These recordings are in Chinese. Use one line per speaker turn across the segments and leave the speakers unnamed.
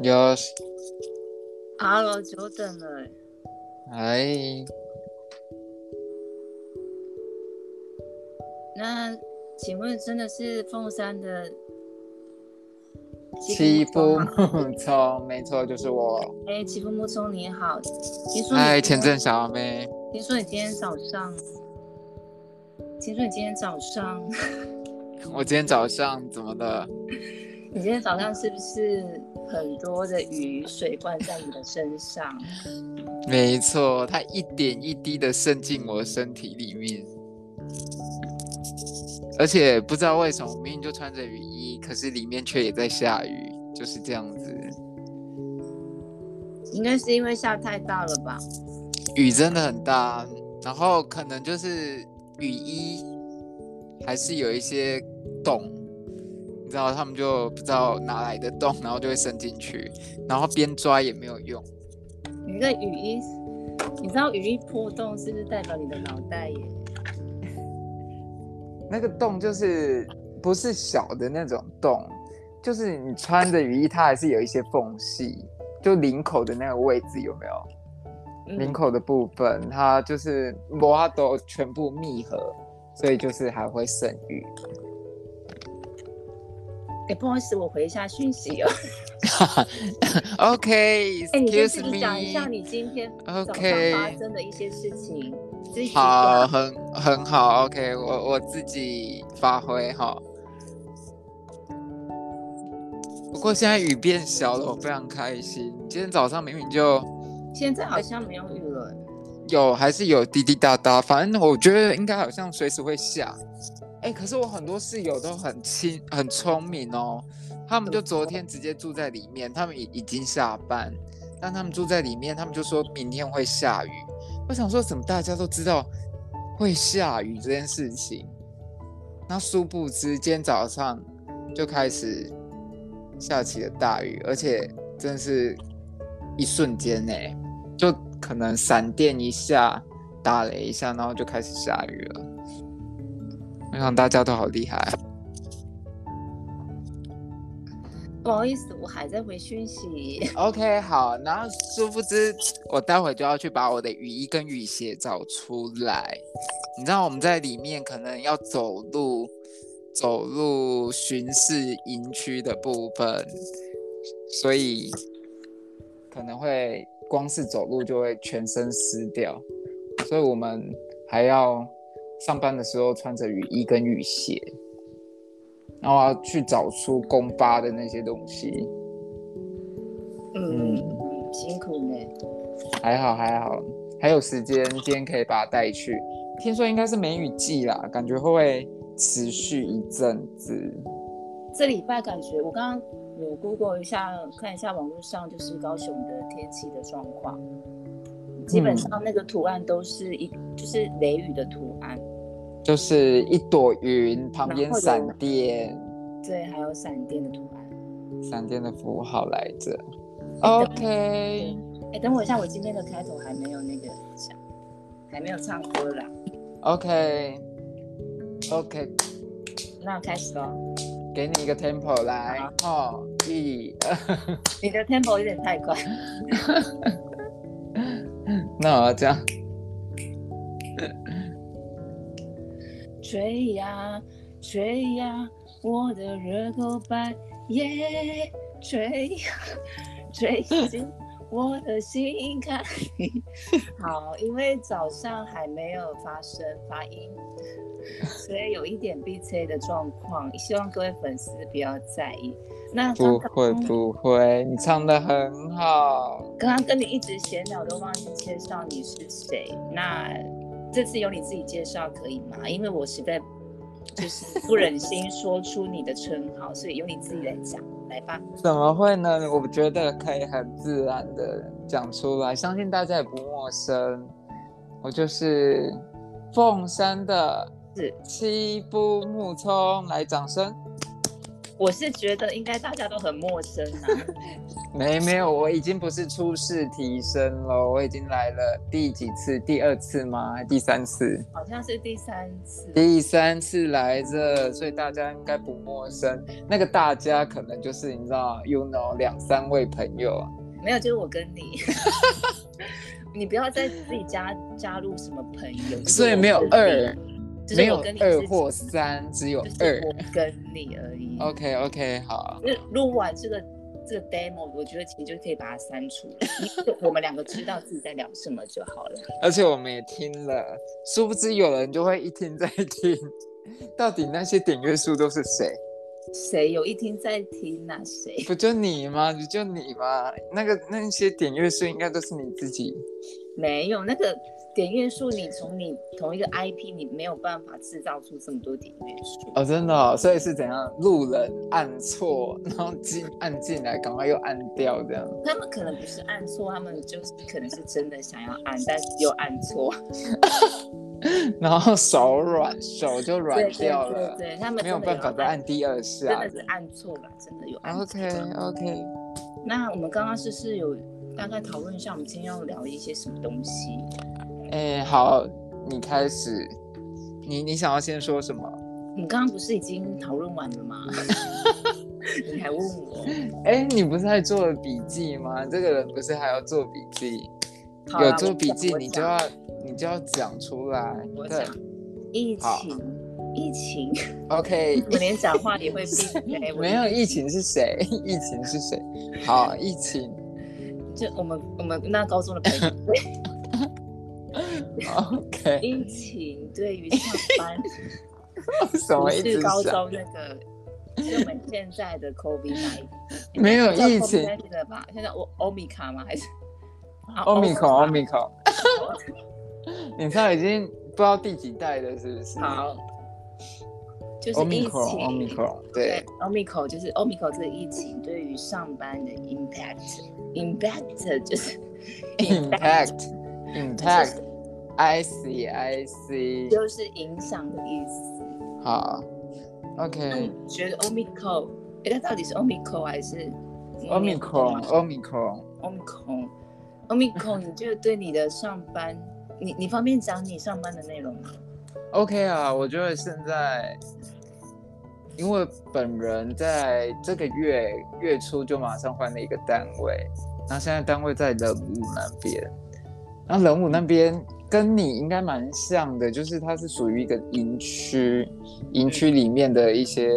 Yes，
哈喽，久等了欸。
哎，
那请问真的是凤山的
欺 负
吗
木聪，没错，就是我。
哎，祈福木聪你好，听说你
嗨，
今
前
天
阵小妹，
听说你今天早上，听说你今天早上，
我今天早上怎么了？
你今天早上是不是很多的雨水灌在你的身上？
没错，它一点一滴的渗进我身体里面，而且不知道为什么，明明就穿着雨衣，可是里面却也在下雨，就是这样子。
应该是因为下太大了吧？
雨真的很大，啊然后可能就是雨衣还是有一些洞，你知道他们就不知道哪来的洞，然后就会伸进去，然后边抓也没有用。
你的雨衣，你知道雨衣破洞是不是代表你的脑袋耶？
那个洞就是不是小的那种洞，就是你穿着雨衣，它还是有一些缝隙，就领口的那个位置有没有？领
嗯，
口的部分，它就是摩它都全部密合，所以就是还会渗雨。
哎，不好意思，我回一下讯息哦。 哎，你先
OK，excuse、
自己讲一下
me。
你今天早上
OK
发生的一些事情。啊自己
好，
讲，
很很好，OK，我我自己发挥哈。不过现在雨变小了，我非常开心。今天早上明明就
现在好像没有雨了。
有，还是有滴滴答答，反正我觉得应该好像随时会下。哎、可是我很多室友都很清很聪明哦，他们就昨天直接住在里面，他们已已经下班，但他们住在里面，他们就说明天会下雨。我想说，怎么大家都知道会下雨这件事情？那殊不知，今天早上就开始下起了大雨，而且真是一瞬间欸呢、就可能闪电一下，打雷一下，然后就开始下雨了。我想大家都好厉害啊，
不好意思，我还在回讯息。
OK，好，然后殊不知我待会就要去把我的雨衣跟雨鞋找出来。你知道我们在里面可能要走路，走路巡视营区的部分，所以可能会光是走路就会全身湿掉，所以我们还要上班的时候穿着雨衣跟雨鞋，然后要去找出公发的那些东西。
嗯，辛苦呢。
还好还好，还有时间，今天可以把它带去。听说应该是梅雨季啦，感觉会不会持续一阵子？
这礼拜感觉我刚刚有 Google 一下，看一下网络上就是高雄的天气的状况，基
嗯
本上那个图案都是一就是雷雨的图案，
就是一朵云旁边
然后有
闪电，
对，还有闪电的图案。
闪电的符号来着。
等
OK，
哎，等我一下，我今天的开头还没有那个讲，还没有唱歌啦。
OK OK，
那开始喽。
给你一个 tempo 来，哦，一二，
你的 tempo 有点太快。
那我要这样。
吹呀吹呀，我的热狗白耶，吹呀吹进我的心 坎里。好，因为早上还没有发生发音，所以有一点 B C 的状况，希望各位粉丝不要在意。那刚
不
刚
会不会，你唱的很好。
刚刚跟你一直闲聊，都忘记介绍你是谁。那这次由你自己介绍可以吗？因为我实在就是不忍心说出你的称号，所以由你自己来讲，来吧。
怎么会呢？我觉得可以很自然的讲出来，相信大家也不陌生。我就是凤山的
是
七夫木聪，来掌声。
我是觉得应该大家都很陌生啊。
没没有，我已经不是初试提升了，我已经来了第几次？第二次吗？第三次？
好像是第三次，
第三次来这，所以大家应该不陌生。那个大家可能就是你知道，you know，两三位朋友啊。
没有，就是我跟 你。你不要再自己加加入什么朋友，就是
所以没有
我跟你
二，，
就是
没有
我跟你
二
之间
或三，只有
就是
二。
我跟你而已。
OK OK，好，
就是录完这个这个 demo，我觉得其实就可以把它删除了，因为我们两个知道自己在聊什么就好了。
而且我们也听了，殊不知有人就会一听再听，到底那些点阅数都是谁？
谁有一听在听那、谁？
不就你吗？不就你吗？那个那些点阅数应该都是你自己。
没有那个点阅数，你从你同一个 IP，你没有办法制造出这么多点阅数。
哦，真的、哦，所以是怎样？路人按错，然后进按进来，赶快又按掉，这样。
他们可能不是按错，他们就是可能是真的想要按，但是又按错。
然后手软，手就 软
对对
掉
对
了，
对，他们
没有
真的
办法再按第二次
真
啊
的。是按错了，真的有按错。
OK OK，
那我们刚刚是不是有大概讨论一下，我们今天要聊一些什么东西？
哎、好，你开始，你你想要先说什么？
你刚刚不是已经讨论完了吗？你还问我？
哎、你不是还做了笔记吗？这个人不是还要做笔记？
好啦
有做笔记，
我讲
你就要你就要讲出来。
我讲
对
我讲疫
好
情，疫情，
，OK，
我连讲话也会 闭嘴。我
没有疫情是谁？疫情是谁？好，疫情。
就我们我们那高中的朋 友，
OK，
疫情对于上班
为什
不
么一
是
直
高
想？
中那个，是我们现在的 COVID 19
没有
叫
疫情
COVID-19 的吧？现在我欧米卡吗？还是
欧米孔，
啊
欧米孔，你知道已经不知道第几代了，是不是？
好，就是
欧
疫
米
情
孔，欧米孔，对
对，，Omicron 就是 Omicron 这个疫情对于上班的 impact，impact 就是
，impact，impact，I C I C，
就是影响的意思。
好，OK，
你觉得 Omicron，哎，它到底是 Omicron 还是
欧米孔，欧米孔。
？Omicron，Omicron，你觉得对你的上班，你你方便讲你上班的内容吗？
OK 啊，我觉得现在，因为本人在这个月月初就马上换了一个单位，然后现在单位在人武那边，然后人武那边跟你应该蛮像的，就是它是属于一个营区，营区里面的一些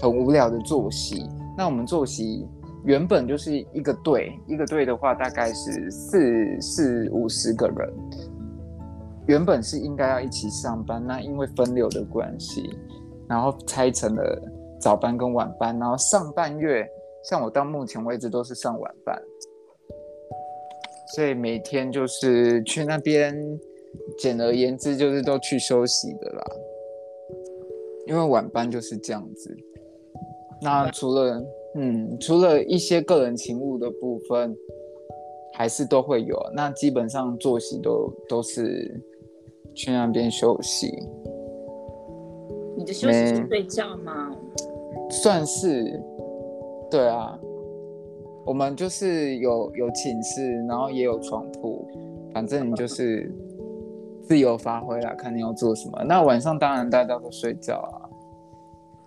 很无聊的作息。那我们作息原本就是一个队，一个队的话大概是四四五十个人。原本是应该要一起上班，那因为分流的关系，然后拆成了早班跟晚班，然后上半月像我到目前为止都是上晚班，所以每天就是去那边，简而言之就是都去休息的啦，因为晚班就是这样子。那除了嗯，除了一些个人勤务的部分，还是都会有。啊那基本上作息都都是去那边休息，
你的休息是
没
睡觉吗？
算是对啊。我们就是有有寝室，然后也有床铺，反正你就是自由发挥啦，看你要做什么。那晚上当然大家都睡觉啊，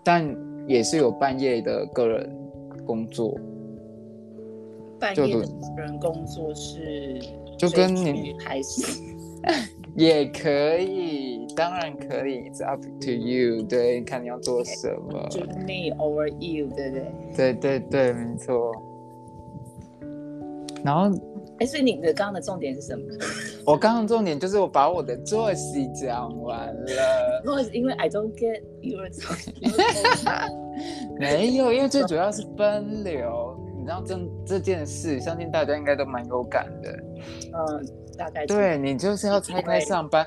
但也是有半夜的个人工作，
半
就
夜的
是
人工作是
就
追
跟你
剧还是？
也可以，当然可以，It's up to you。对，看你要做什么。
就是 me over you，对不对？
对对对，没错。然后
哎，所以你的刚刚的重点是什么？
我刚刚重点就是我把我的作息讲完了，
或者是因为 I don't get your
没有，因为最主要是分流。你知道这这件事，相信大家应该都蛮有感的。
嗯，大概知道
对你就是要拆开上班，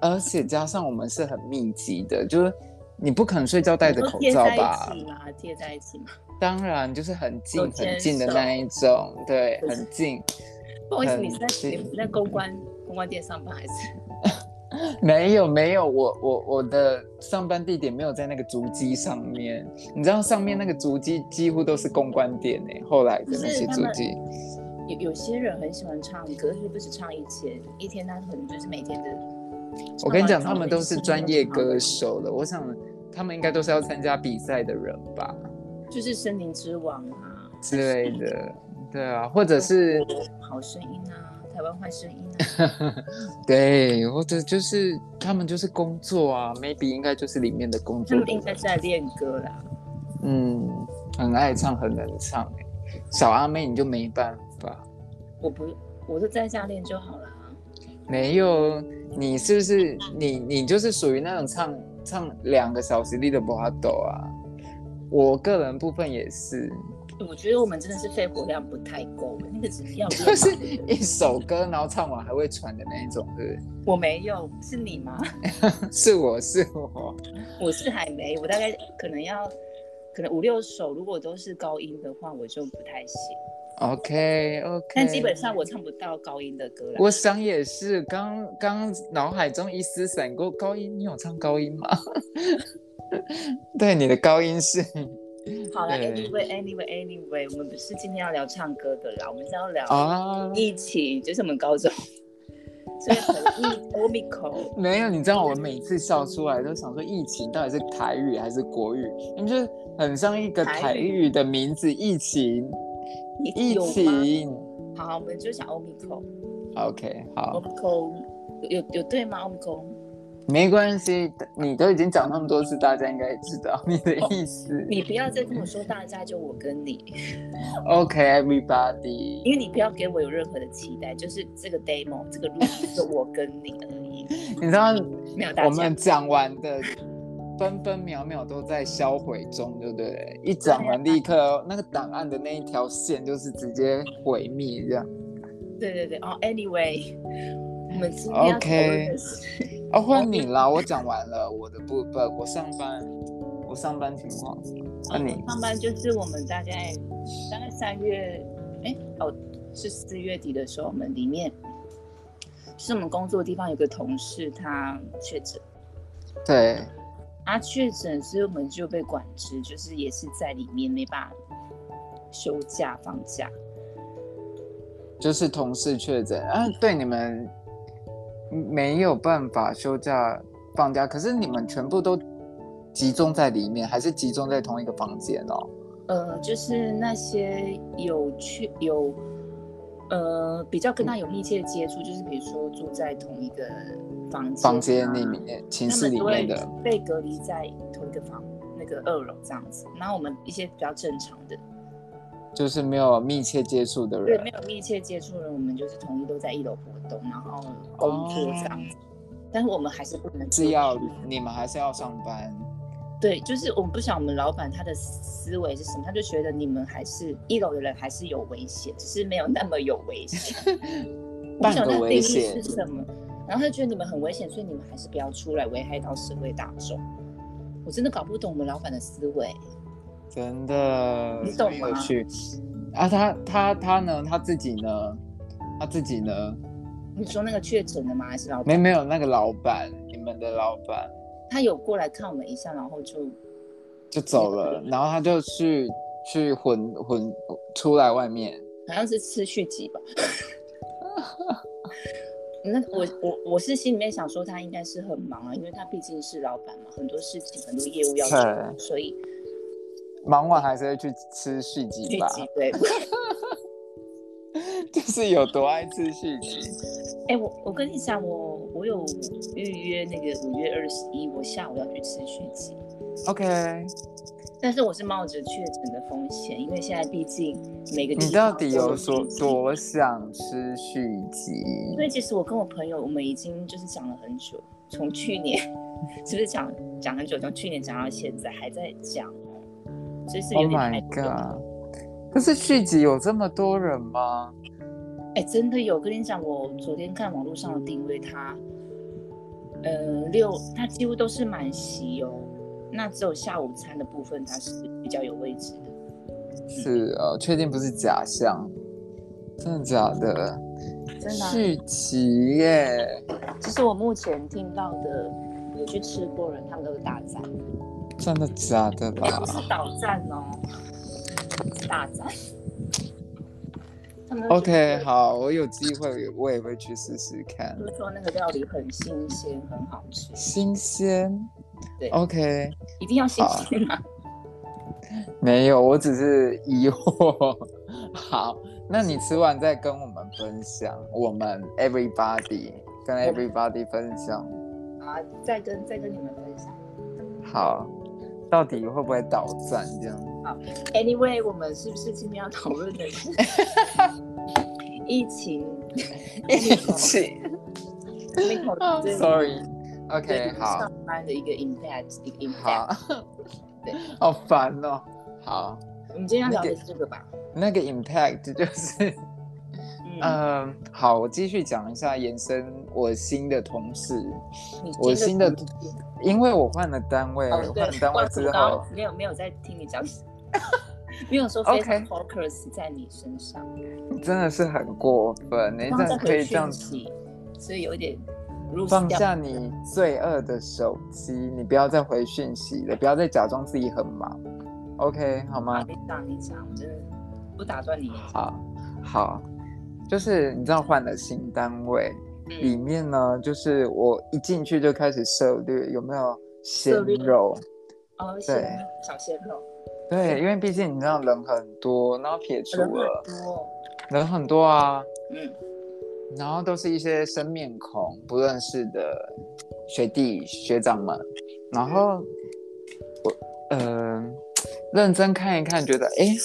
而且加上我们是很密集的，就是你不可能睡觉戴着
都
口
贴
罩
在一
吧？
起嘛，贴在一起嘛。
当然，就是很近
有
很
牵
近的
手
那一种，对，
就是
很近。
不好意思，
很
你是在
近
你在公关公关店上班还是？
没有没有，我我我的上班地点没有在那个足迹上面，你知道上面那个足迹几乎都是公关店哎、后来的那些足迹，
有有些人很喜欢唱歌，就是不止唱一天，一天他可能就是每天的。
我跟你讲，
唱
他
完
们都是专业歌，手了，我想他们应该都是要参加比赛的人吧
就是森林之王啊，
之类的，对啊，或者是
好声音啊，台湾坏声音啊。
对，或者就是他们就是工作啊，maybe 应该就是里面的工
他
作
们
的
应
人
该是在练歌啦。
嗯，很爱唱，很能唱、欸。小阿妹你就没办法，
我不，我就在家练就好啊啦。
没有你是不是你你就是属于那种唱唱两个小时力的不阿斗啊？我个人部分也是，
我觉得我们真的是肺活量不太够，那个只是要
就
练
是一首歌，然后唱完还会喘的那一种，对不
我没有，是你吗？
对？是我是我，
我是还没，我大概可能要，可能五六首，如果都是高音的话，我就不太行。
OK OK，
但基本上我唱不到高音的歌啦。
我想也是，刚刚脑海中一丝闪过高音，你有唱高音吗？ 对，你的高音是
好了
对
，anyway，anyway，anyway，我们不是今天要聊唱歌的啦，我们是要聊
啊，
一起，就是我们高中，所以很 o m i c o
没有，你知道我每次笑出来都想说，疫情到底是台语还是国语？你们就是很像一个
台
台
语
语的名字，疫情，疫
有吗？
情。
好，我们就讲 o m i c o
OK，
o
好，
m i c o 有有有对吗 o m i c o
没关系，你都已经讲那么多次，大家应该也知道你的意思。
哦你不要再跟我说大家就我跟你，
OK，everybody、
因为你不要给我有任何的期待，就是这个 demo 这个录音就我跟你而已，
你知道
没有大
我
家
们。讲完的分分秒秒都在销毁中，对不对？一讲完
啊
立刻哦那个档案的那一条线就是直接毁灭这样。
对对对，哦，anyway，我 们今天要讨论的是
哦，换你啦，我讲完了我的部分，我上班，我上班情况。那你
上班就是哦我们大概大概三月，哎，哦，是四月底的时候，我们里面就是我们工作的地方有个同事他确诊，
对，
他确诊，所以我们就被管制，就是也是在里面没办法休假放假。
就是同事确诊啊，对你们没有办法休假放假，可是你们全部都集中在里面，还是集中在同一个房间哦？
呃，就是那些有去有，呃，比较跟他有密切接触，就是比如说住在同一个房间、啊
房间里，面、寝
他
室
们
里
都
面
会
的，
被隔离在同一个房那个二楼这样子。然后我们一些比较正常的，
就是没有密切接触的
对
人
没。有密切接触的人，我们就是统一都在一楼活动，然后工作这样子。但是我们还是不能
哦是要你们还是要上班？
对，就是我们不想我们老板他的思维是什么，他就觉得你们还是一楼的人还是有危险，只是没有那么有危 险。我不
半
晓
个
得他的定
危
义
险
是，什么，然后他就觉得你们很危险，所以你们还是不要出来危害到社会大众。我真的搞不懂我们老板的思维，
真的，
你懂
很
吗
有趣啊！他他他呢？他自己呢？他自己呢？
你说那个确诊的吗？还是老板？
没没有那个老板，你们的老板
他有过来看我们一下，然后就
就走了，然后他就去去混混出来外面。
好像是吃续集 吧。那我
啊
我我是心里面想说他应该是很忙啊，因为他毕竟是老板嘛，很多事情很多业务要做，
对
所以
忙完还是会去吃续
续
集吧，
集对。
就是有多爱吃续集。
哎、我我跟你讲，我我有预约那个五月二十一，我下午要去吃续集，
OK，
但是我是冒着确诊的风险，因为现在毕竟每个地
你
方
到底有
所
多多想吃续集？
所以其实我跟我朋友，我们已经就是讲了很久，从去年 是不是讲讲很久，从去年讲到现在还在讲哦，所以是
Oh
有点太
my
多了
god！可是续集有这么多人吗？
哎、真的有，跟你讲，我昨天看网络上的定位，它，呃，六，它几乎都是满席哦，那只有下午餐的部分它是比较有位置的。
是呃，确定不是假象？真的假的？
真的啊、
续集耶，
这是我目前听到的有去吃过的人，他们都是大赞，
真的假的啦
不？是倒赞哦，是大赞。他们都觉得
OK，好，我有机会我也会去试试看
他，们说那个料理很新鲜，很好吃，
新鲜
对。
OK，
一定要新鲜啊！
没有，我只是疑惑。好，那你吃完再跟我们分享，我们 everybody 跟 everybody 分享，
啊，再跟再跟你们分享。
好，到底会不会倒站这样？
Anyway，我们是不是今天要讨论的是疫情？
一 起
那口对
，sorry。
对
OK，好。
上班的一个 impact，一个 impact。
好
对，
好烦哦。好，
我们今天要聊
那
的
个
是这个吧？
那个 impact 就是，
嗯，
嗯，好，我继续讲一下，延伸我新的同事，
你
我
接着
新的
读
因为我换了单位，
哦，
换了
对，
单位
怪不
之后
得刚，没有没有在听你讲， 没有说非常
OK
focus 在你身上，
真的是很过分，你
然
真
后
的
再
可
回
以哎这样
讯息，所以有一点 lose
放
掉
下你罪恶的手机，你不要再回讯息了，不要再假装自己很忙，OK 好吗？
你讲你讲，我真的不打断你。
好，好，就是你知道换了新单位，里
嗯，
面呢，就是我一进去就开始涉略有没有鲜
涉猎
肉，
哦，
对
鲜小鲜肉，
对，因为毕竟你知道人很多，然后撇除
人
了
很多，
人很多啊，
嗯，
然后都是一些生面孔，不认识的学弟学长们，然后我呃认真看一看，觉得哎，诶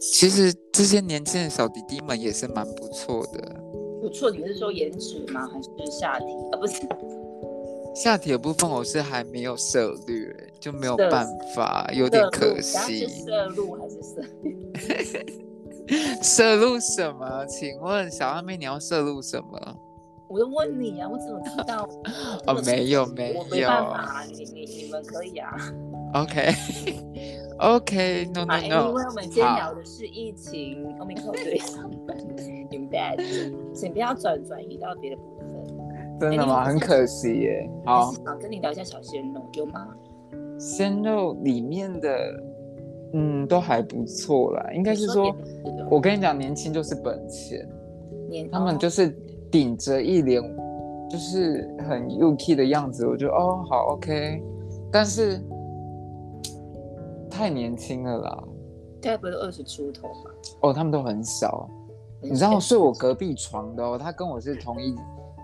其实这些年轻的小弟弟们也是蛮不错的，
不错。你是说颜值吗？还是下体？啊，不是，
下体的部分我是还没有涉略，就没有
涉
办法，有点
摄入
可
等下是
惜。
摄入还是摄？
摄入什么？请问小阿妹，你要摄入什么？
我就问你啊，我怎么知道？
哦
我，
没有没
我没
有。
办法啊，你你你们可以啊。
OK OK，No
啊
No
因为
No，
我们今天聊的是疫情，Omicron 对上班 impact，请不要转转移到别的部分。
真的吗？很可惜耶。好
还，是想跟你聊一下小鲜肉，有吗？
鲜肉里面的，嗯，都还不错啦。应该是说，我跟你讲，年轻就是本钱。
年哦
他们就是顶着一脸就是很 U K 的样子，我就哦好 OK，但是太年轻了啦，
该不会都二十出头吧？
哦他们都很小，你知道睡 我隔壁床的哦，他跟我是同一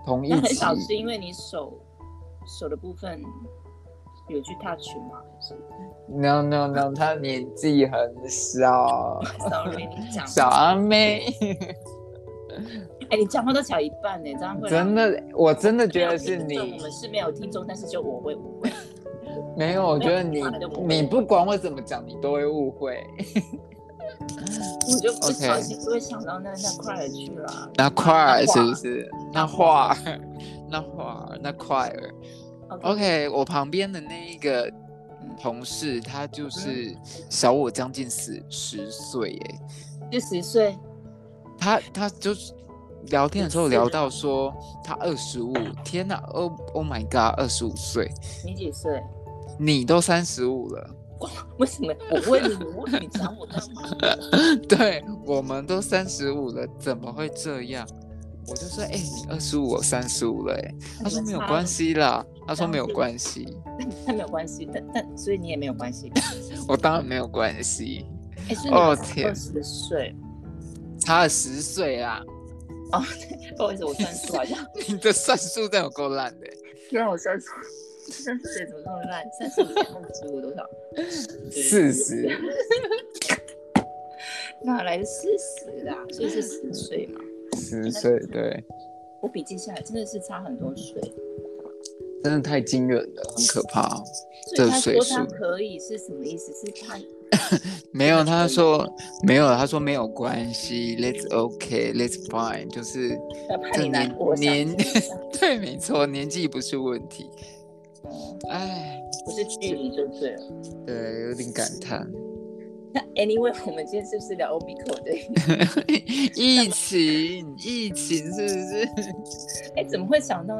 同一
那很
起，
少是因为你手手的部分有去 touch 吗？还是
no no no，他年纪很小，
sorry，你讲
小啊阿妹，
哎，你讲话都讲一半呢，这样会让
真的我真的觉得是
啊没有听众
你
我，们是没有听众，但是就我会误会。
没有，我觉得
没
你
有听众
你不管我怎么讲，你都会误会，
我就不
OK
小心就会想到那那块儿去了啊。
那块儿
那
是
块儿
不是？那画儿，那画儿，那块儿。OK，我旁边的那一个同事，他就是
嗯
小我将近十十岁耶。
就十岁，
他他就是聊天的时候
十四了
聊到说他二十五，天哪，Oh Oh my God，二十五岁，
你几岁？
你都三十五了。
为什么我问你，我问你讲我干嘛？
对我们都三十五了，怎么会这样？我就说，哎、你二十五，我三十五了、哎，他说没有关，系啦，他说没有关系，
他没有关系，但但所以你也没有 关系。
我当然没有关系，
哎，所以
哦
你
天
二十岁，
差了十岁啦，
不好意思，我算数好像
你的算术真有够烂的、欸
让我算数，三十岁怎么那么烂？三十五二十五多少？
四十，
哪来的四十啦？所以是十岁嘛？
十岁，对，
我笔记下来真的是差很多岁。
真的太惊人了，很可怕、哦
所以
这
他说
岁数
他可以是什么意思？是他
没有，他说没有，他说没有关系，Let's OK，Let's fine，就是
他怕你难过，
这年
想说一下
对，没错，年纪不是问题。
哦
哎，
不是距离就对了。
对，有点感叹。
那 anyway，我 们今天是不是聊 Omicron 的？
疫情，疫情是不是？
哎，怎么会想到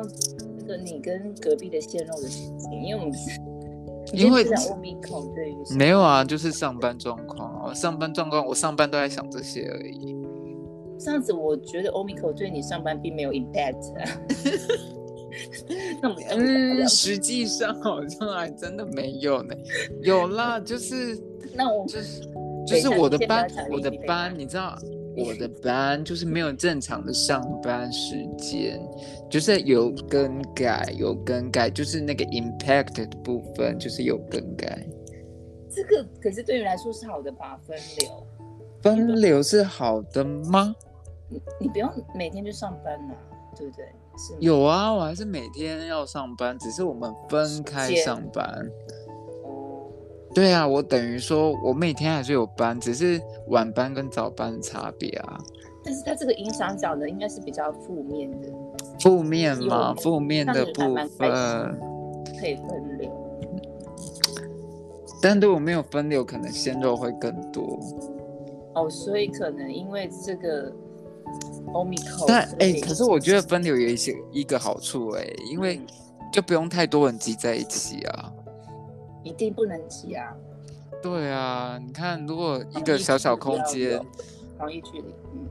那个你跟隔壁的鲜肉的事情？因为我们是
因为
在 Omicron 对于
没有啊，就是上班状况啊，上班状况，我上班都在想这些而已。
这样子，我觉得 Omicron 对你上班并没有 impact 啊。那我们要不要聊
嗯，实际上好像还真的没有呢，有啦，就是
那我
就是就是我的班
等一下，嗯
我的
你先不要讲你
班，你知道，我的班就是没有正常的上班时间，就是有更改，有更改，就是那个 impact 的部分就是有更改。
这个可是对你来说是好的吧？分流，
分流是好的吗？
你你不用每天去上班呐、啊对不对？是吗
有啊，我还是每天要上班，只是我们分开上班。
哦，
对啊，我等于说我每天还是有班，只是晚班跟早班的差别啊。
但是它这个影响讲的应该是比较负面的，
负面嘛，
有
负面的
那
部
你还蛮开心的
分。
可以分流。
但如果没有分流，可能鲜肉会更多。
哦，所以可能因为这个 Omicron，
但
所
哎、
以
可是我觉得分流有一些一个好处哎、因为
嗯
就不用太多人挤在一起啊。
一定不能挤啊，
对啊，你看，如果一
防
个
疫
小小
距离
空
要
间
有，，防疫距离，嗯，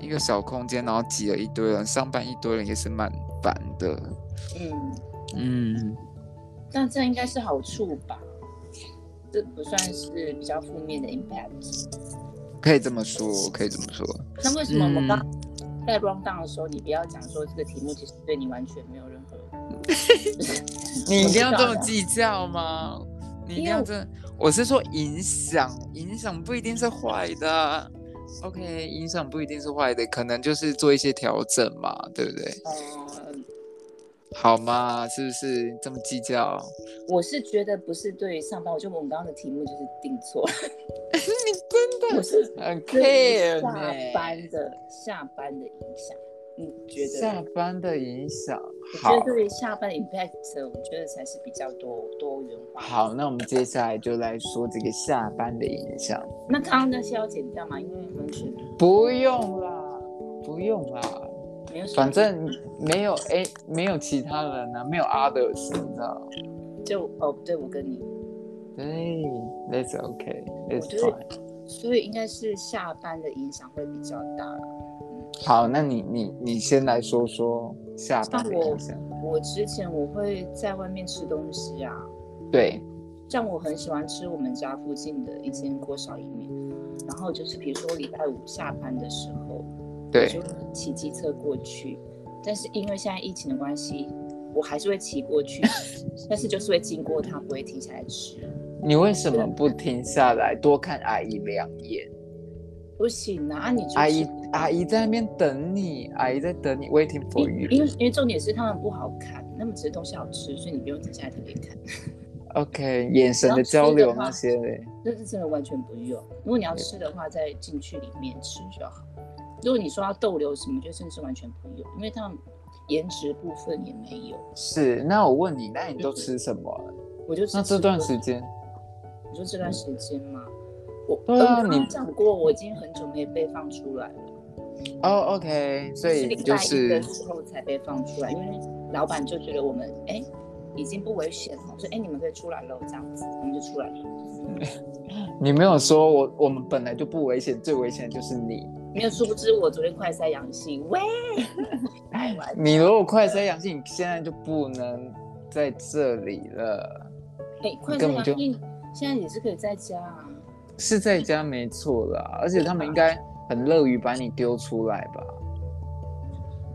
一个小空间，然后挤了一堆人，上班一堆人也是蛮烦的。
嗯，
嗯，
但这应该是好处吧？这不算是比较负面的 impact。
可以这么说，可以这么说。
那为什么我
嗯
们刚在 round down 的时候，你不要讲说这个题目其实对你完全没有任何？
你一定要
我知
这
道
么
的
计较吗？你一定
因为
要
我
这？我是说影响，影响不一定是坏的啊、OK，影响不一定是坏的，可能就是做一些调整嘛，对不对？
呃，
好嘛，是不是这么计 较？
我是觉得不是对于上班，我就我们刚刚的题目就是定错了，
你真
我
的
是
很
对
care
于下
呢
班的下班的影响，你觉得
下
呢？
班的影响。
我觉
好
得，对于下班的 impact，我觉得才是比较多多元化。，
好，那我们接下来就来说这个下班的影响。
那刚刚那些要剪掉嘛，因为完全
不用啦，不用啦，
没有什么。
反正没有哎、没有其他人啊，没有 others，你知道。
就哦，对我跟你，
对，that's okay,
我
that's
觉得
fine。
所以应该是下班的影响会比较大。
好，那你你你先来说说下班的影响。
我之前我会在外面吃东西啊，
对，
像我很喜欢吃我们家附近的一间锅烧意面，然后就是比如说礼拜五下班的时候，我
对
就，骑机车过去，但是因为现在疫情的关系，我还是会骑过去，但是就是会经过它，不会停下来吃。
你为什么不停下来多看阿姨两眼？
不行啊，你就是
阿姨阿姨在那边等你，阿姨在等你，waiting
因
for
因为
you。
因为重点是他们不好看，他们只是东西好吃，所以你不用停下来特别看。
OK，眼神的交流那些嘞。
这是真的完全不用。如果你要吃的话，再进去里面吃就好。如果你说要逗留什么，就甚至完全不用，因为他们颜值部分也没有。
是，那我问你，那你都吃什么？
我就只
那这
吃
段
过
时，间，
你说这段时间吗？我
对啊
呃我
你
刚刚讲过，我已经很久没被放出来了，
哦，OK，所以
礼
就
拜一
是
的时候才被放出来，因为老板就觉得我们哎已经不危险了，说哎你们可以出来喽，这样子我们就出来了。
你没有说我我们本来就不危险，最危险的就是你。
没有，殊不知我昨天快筛阳性，喂， 开玩笑
你如果快筛阳性，你现在就不能在这里了，
哎，快
根本
筛阳
就
性现在也是可以在家啊。
是在家没错啦。而且他们应该很乐于把你丢出来吧？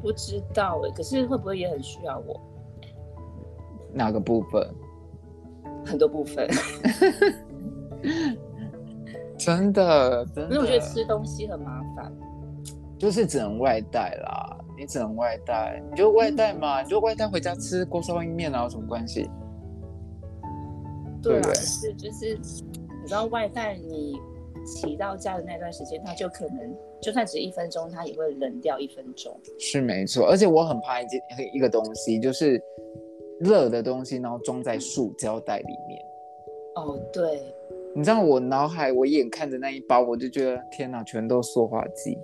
不知道哎、可是会不会也很需要我？
哪个部分？
很多部分，
真的，真
因
的，
为我觉得吃东西很麻烦。
就是只能外带啦。你只能外带，你就外带嘛，你就外带回家吃锅烧意面啊，有什么关系？
对
对
啊，可
不对
是就是你知道外带你骑到家的那段时间，它就可能就算只一分钟，它也会冷掉一分钟。
是没错，而且我很怕一件一个东西，就是热的东西，然后装在塑胶袋里面。
哦，对，
你知道我脑海，我眼看着那一包，我就觉得天哪，全都塑化剂。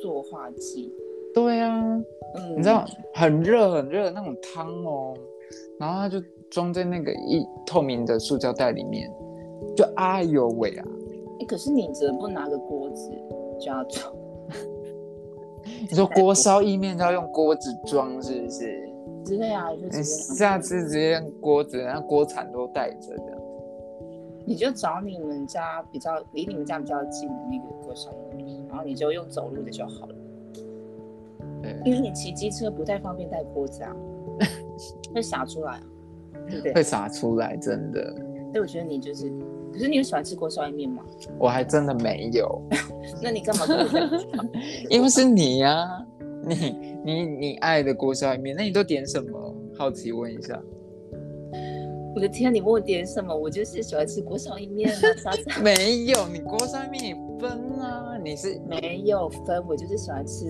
塑化剂，
对啊，
嗯，
你知道很热很热的那种汤哦，然后它就装在那个一透明的塑胶袋里面，就哎呦喂啊！
诶哎可是你怎么不拿个锅子就要装？
你说锅烧意面要用锅子装是不是？
之类啊，就
你
直接拿
哎下次直接用锅子，然后锅铲都带着的。
你就找你们家比较离你们家比较近的那个锅烧面，然后你就用走路的就好了，因
对，
为你骑机车不太方便带锅子啊， 会洒出来啊，对不对？
会洒出来，真的。
所以我觉得你就是，可是你有喜欢吃锅烧意面吗？
我还真的没有，
那你干嘛跟我在一起啊
因为是你呀、你你你爱的锅烧意面，那你都点什么？好奇问一下。
我的天，你问我点什么？我就是喜欢吃锅烧意面啊，啥 啥
没有，你锅烧意面也分啊，你是
没有分，我就是喜欢吃。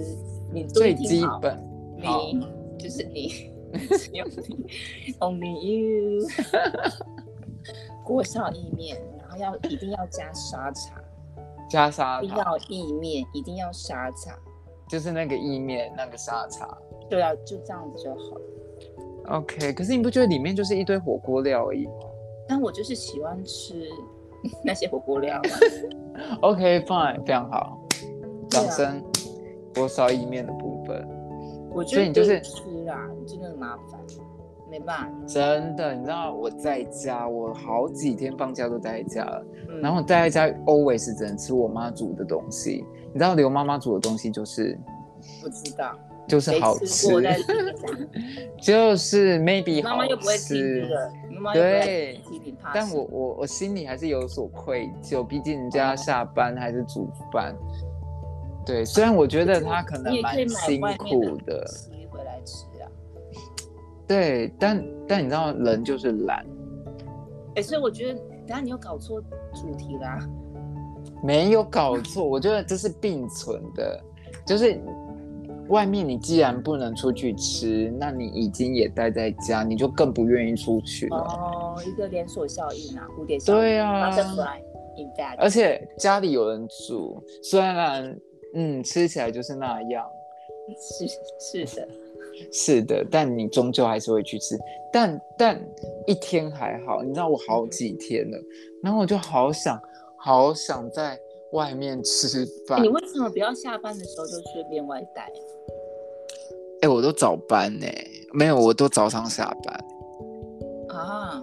你注
最
意听
基
好，
本。好
你就是你， 只有你 ，Only you。锅烧意面，然后要一定要加沙茶，
加沙
一定
茶，
要意面，一定要沙茶，
就是那个意面那个沙茶。
对啊，就这样子就好了。
OK，可是你不觉得里面就是一堆火锅料而已吗
但我就是喜欢吃 那些火锅料啊，
？OK，fine，、非常好，
对
掌
啊
声。锅烧意面的部分。
我
所
觉得
以你就是
不吃啦，真的很麻烦，没办法。
真的，你知道我在家，我好几天放假都待在家了，
嗯
然后我待在家 always 只能吃我妈煮的东西。你知道刘妈妈煮的东西就是
不知道，
就是
没
好
吃过再听你 讲。
就是 maybe
妈妈又不
好
会听
吃
这。个，妈妈又不会
对
听你怕什
但
么。
我我我心里还是有所愧疚，毕竟人
哦
家下班还是煮饭。对，虽然我觉得他可
你
能
也可
蛮
以
辛
买外
苦
面
的，
吃回来吃啊。
对，但但你知道人就是懒，
哎、所以我觉得，等下你又搞错主题啊啦、
没有搞错，我觉得这是并存的，就是外面你既然不能出去吃，那你已经也待在家，你就更不愿意出去了。
哦，一个连锁效应啊，蝴蝶效应。
啊对啊，呃
Butterfly in fact，
而且家里有人煮，虽然嗯吃起来就是那样。
是是的，
啊是的，但你终究还是会去吃。但但一天还好，你知道我
嗯
好几天了，然后我就好想好想在外面吃饭。
你
哎、
为什么不要下班的时候就顺便外带？
哎我都早班呢、没有，我都早上下班，
啊，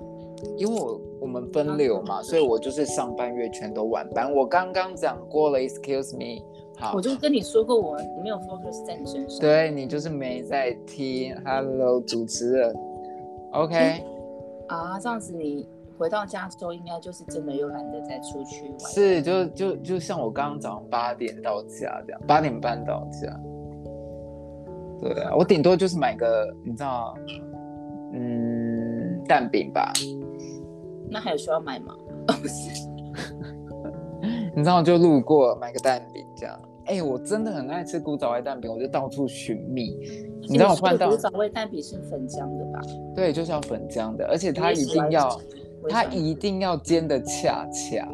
因为我我们分流嘛，
嗯
所以我就是上半月全都晚班。我刚刚讲过了，excuse me，好
我，就跟你说过，我没有 focus 在你身上。
对你就是没在听，Hello 主持人，OK。
哎啊，这样子你回到家之后，应该就是真的又懒得再出去玩。
是，就就就像我刚刚早上八点到家这样，八点半到家。对啊，我顶多就是买个，你知道，嗯，蛋饼吧。
那还有需要买吗？
你知道，就路过买个蛋饼这样。哎、我真的很爱吃古早味蛋饼，我就到处寻觅。你让我换到
古早味蛋饼是粉浆的吧？
对，就是要粉浆的，而且它
我也
一
喜欢
定要，
我也喜
它
欢
一定要煎的恰恰，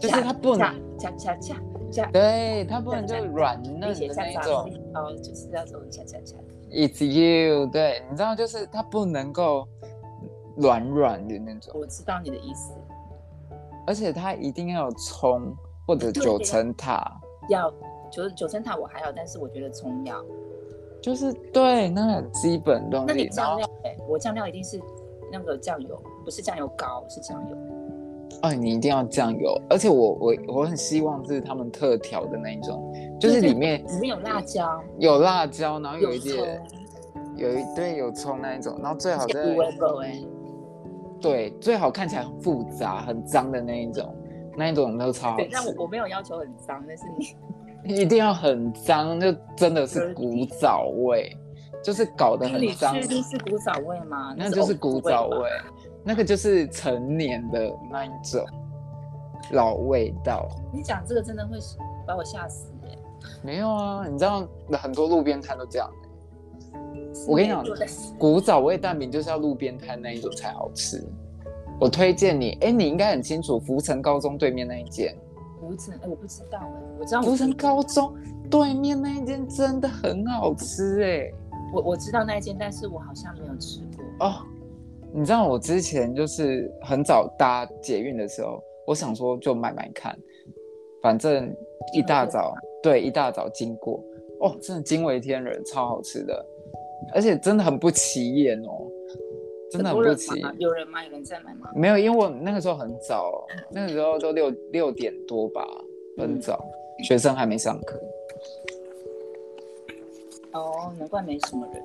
就是它不能，
恰恰恰恰，
对，它不能就
恰恰
软嫩
并且
的
恰
那一
恰
种。
哦，就是那种恰恰恰。
It's you，对，你知道，就是它不能够软软的那种，
我知道你的意思，
而且它一定要有葱或者九层塔，
要九九层塔我还好，但是我觉得葱要。
就是对那很基本的
那
东
你
西。然
酱
后，
料哎，我酱料一定是那个酱油，不是酱油膏，是酱油。
哎，你一定要酱油，而且我我我很希望这是他们特调的那一种，就是
对
里面
里面有辣椒，
有辣椒，然后嗯有
有
一
葱，
点有一对有葱那一种，然后最好
加
在
胡萝卜哎，
对最好看起来很复杂很脏的那一种，那一种都超好
对，
吃。
但我我没有要求很脏，但是你
一定要很脏，就真的是古早味，就是搞得 很
你
脏，
确定是古早味吗？
那就是古早
藕
味，那个就是成年的那一种老味道。
吧。你讲这个真的会把我吓死哎。
没有啊，你知道很多路边摊都这样，欸我跟你讲
是没有的
古早味蛋饼就是要路边摊那一种才好吃。我推荐你，哎，你应该很清楚福城高中对面那一间。
福城，哎，我不知道哎，我知道
福
我
城高中对面那一间真的很好吃哎、
我我知道那一间，但是我好像没有吃过。
哦，你知道我之前就是很早搭捷运的时候，我想说就买买看，反正一
嗯
大早对一大早经过，哦，真的惊为天人，超好吃的，而且真的很不起眼哦，真的很
多
不
人
起眼
吗。有人吗？有人在买吗？
没有，因为我那个时候很早，那个时候都六六点多吧，
嗯
很早，学生还没上课。
哦，难怪没什么人。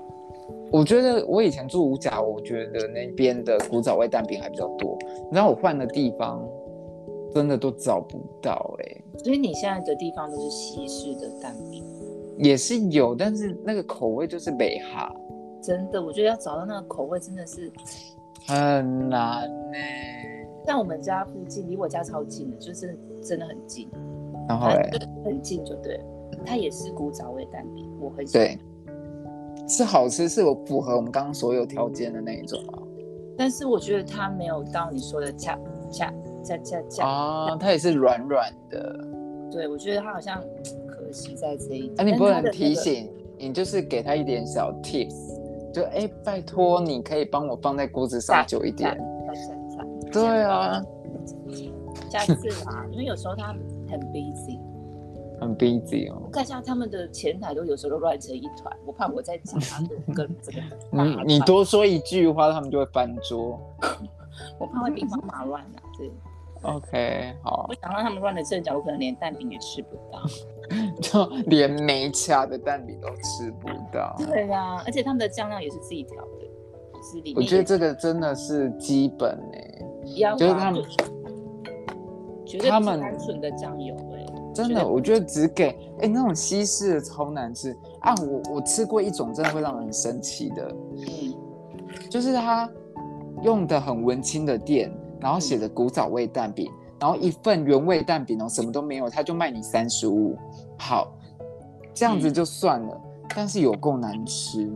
我觉得我以前住五甲，我觉得那边的古早味蛋饼还比较多。你知道我换的地方，真的都找不到哎、
所以你现在的地方都是西式的蛋饼，
也是有，但是那个口味就是北哈，
真的，我觉得要找到那个口味真的是，
很难欸呢、
像我们家附近，离我家超近的，就是真的很近，
然后哎、
很近就对了。它也是古早味蛋饼，我很喜欢
对，，是好吃，是有符合我们刚刚所有条件的那一种
但是我觉得它没有到你说的恰恰恰恰
啊。
恰，
啊，它也是软软的。
对我觉得它好像嗯可惜在这一
啊，
点。
你不
但它的
能
那个
提醒，你就是给他一点小 tips，就哎、拜托，你可以帮我放在锅子上
下
久一点。
恰恰恰
对啊，
下次啦，因为有时候他很 busy，
很 busy 哦
我。看一下他们的前台都有时候都乱成一团，我怕我在讲 他们跟这个大
你嗯你
团
多说一句话，他们就会翻桌。
我怕会兵荒马乱啊。对，
OK，好
我，想让他们乱的阵脚，我可能连蛋饼也吃不 到。
就 连没卡的蛋饼都吃不到。
对呀、而且他们的酱料也是自己调的，就是里面
我觉得这个真的是基本哎、
要
就是
花
他们
绝对
他
不是
们
单纯的酱油哎、
真的，我觉得只给哎、那种西式的超难吃啊！我我吃过一种真的会让人很生气的，
嗯，
就是他用的很文青的店，然后写
嗯
着古早味蛋饼，然后一份原味蛋饼哦，什么都没有，他就卖你三十五。好，这样
嗯
子就算了，但是有够难吃。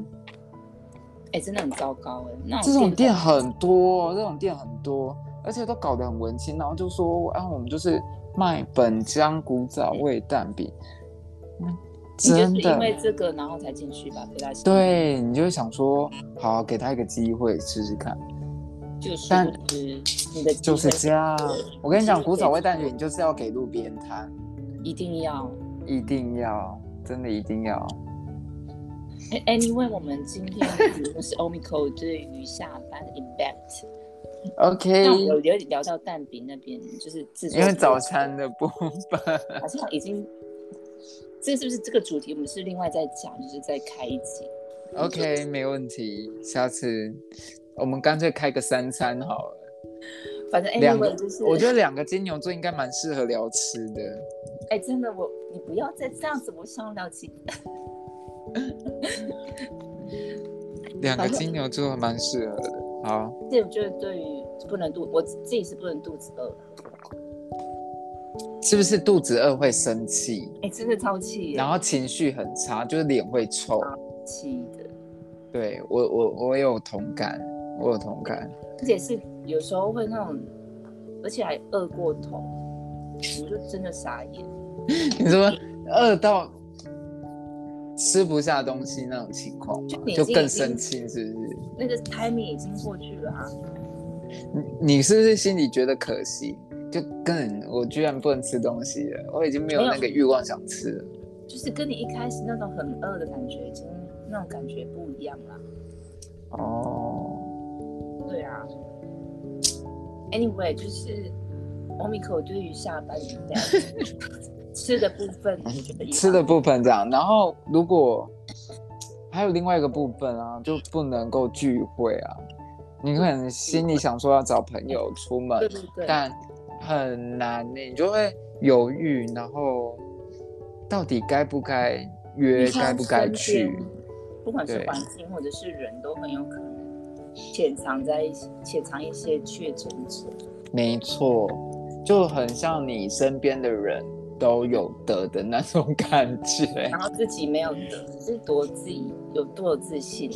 哎、真的很糟糕哎、那
这种店很多哦，这种店很多，而且都搞得很文青，然后就说啊，我们就是卖本江古早味蛋饼，嗯
你就
真
是因
的。
为这个然后才进去吧，被他吸引，
对，你就会想说，好，给他一个机会试试看。
就是
但
你的机
就是
会
这样。我跟你讲，
是
古早味蛋饼就是要给路边摊，
一定要。
一定要，真的一定要。
哎 Anyway，我们今天的题目是 Omicron 对于下班的 impact。
OK，
那我们有有聊到蛋饼那边，就是制作，
因为早餐 的部分，
好像已经，这是不是这个主题？我们是另外在讲，就是在开一集。
OK 没问题。下次我们干脆开个三餐好了。
反正
两个
Anyway 哎就是，
我觉得两个金牛座应该蛮适合聊吃的。
哎、真的我你不要再这样子，我想聊起
两个金牛座蛮适合的。好，
这我觉得对于不能肚，我自己是不能肚子饿的。
是不是肚子饿会生气，
哎、真的超气耶，
然后情绪很差，就是脸会臭？
啊气的，
对我，我我有同感，我有同感。
而且是有时候会那种，而且还饿过头，我就真的傻眼。
你说饿到吃不下东西那种情况吗
就你已
就
经
更生气，是不是？
那个 timing 已经过去了啊。
你你是不是心里觉得可惜？就更我居然不能吃东西了，我已经没有
没有
那个欲望想吃了。
就是跟你一开始那种很饿的感觉，已经那种感觉不一样啦。
哦，
对啊。Anyway，就是 Omicro 对于下班的 吃的部分，你觉得一样
吃的部分这样，然后如果还有另外一个部分啊，就不能够聚会啊。你可能心里想说要找朋友出门
对，不对？
但很难呢、你就会犹豫，然后到底该不该约，
你看
该不该
身
去
边？，不管是
对
环境或者是人都很有可能潜藏在一些潜藏一些确诊者。
没错，就很像你身边的人都有得的那种感 觉
然。后自己没有得，是多自己有多有自信啊！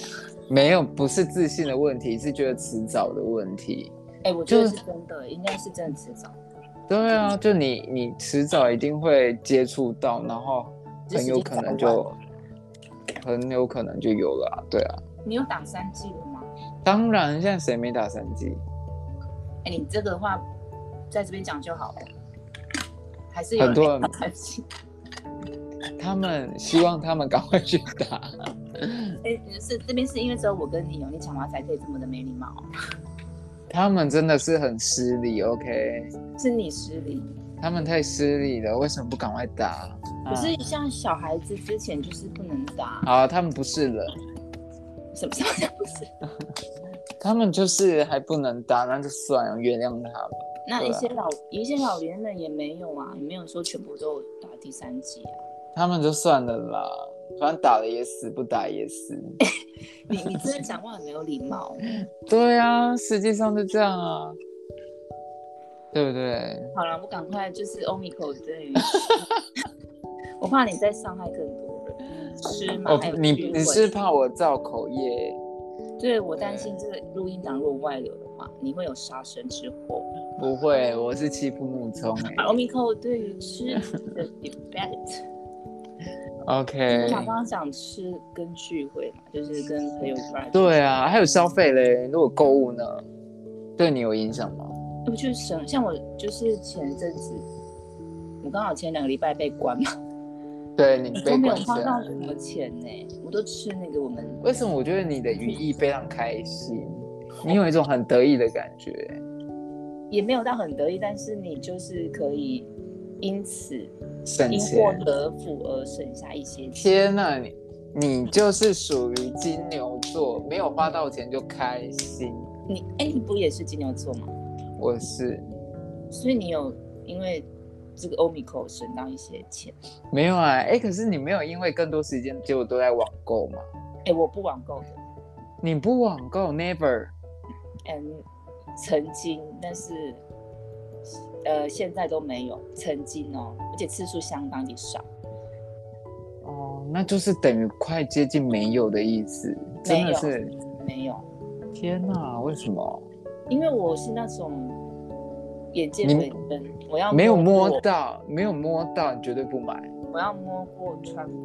没有，不是自信的问题，是觉得迟早的问题。
哎、哎、我觉得是真的，应该是真的迟早。
对啊，就你你迟早一定会接触到，然后很有可能就很有可能就有了、啊，对啊。
你有打三剂了吗？
当然，现在谁没打三剂？
哎、你这个的话，在这边讲就好了。还是有
很多人
啊打三剂。
他们希望他们赶快去打。
哎、是这边是因为只有我跟你哦有你讲话才可以这么的没礼貌，
他们真的是很失礼，OK？
是你失礼。
他们太失礼了，为什么不赶快打？啊
可是像小孩子之前就是不能打，
啊好、他们不是人，
什么叫 不是？
他们就是还不能打，那就算了，原谅他吧。
那
对
一
啊
些老一些老年人也没有啊，也没有说全部都打第三剂啊。
他们就算了啦，反正打了也死，不打也死。
你你真的讲话很没有礼貌。哦
对啊，实际上就这样啊，对不对？
好了，我赶快就是 Omicron 对于， 我怕你再伤害更多 人，吃嘛
哦
还有，
你
聚
你
会
是怕我造口业？
对我担心这个录音档如果外流的话，你会有杀身之祸。啊
不会，我是欺负木聪、欸。
Omicron 对于 吃的 debate，
OK，
我想刚刚讲吃跟聚会嘛，就是跟朋友出来。
对，啊，还有消费嘞，如果购物呢，对你有影响吗？
我呃就是省，像我就是前阵子，我刚好前两个礼拜被关嘛，
对你
欸都
被
没有
关起
花到
来。
什么钱呢、我都吃那个我们
为什么我觉得你的语义非常开心？你有一种很得意的感觉。
也没有到很得意，但是你就是可以因此
省
因祸
钱。
得福而省下一些钱。
天呐，你你就是属于金牛座，没有花到钱就开心。
你哎、你不也是金牛座吗？
我是
所以你有因为这个 Omicron 省到一些钱。
没有啊，哎、可是你没有因为更多时间结果都在网购嘛？
哎、我不网购的，
你不网购，never。
嗯，曾经，但是呃现在都没有，曾经哦，而且次数相当的少。
哦，那就是等于快接近没有的意思，真的是
没有，
天哪！为什么
因为我是那种眼见
你
为真，我要
没有
摸
摸
过，
到？没有摸到，你绝对不买。
我要摸过穿过，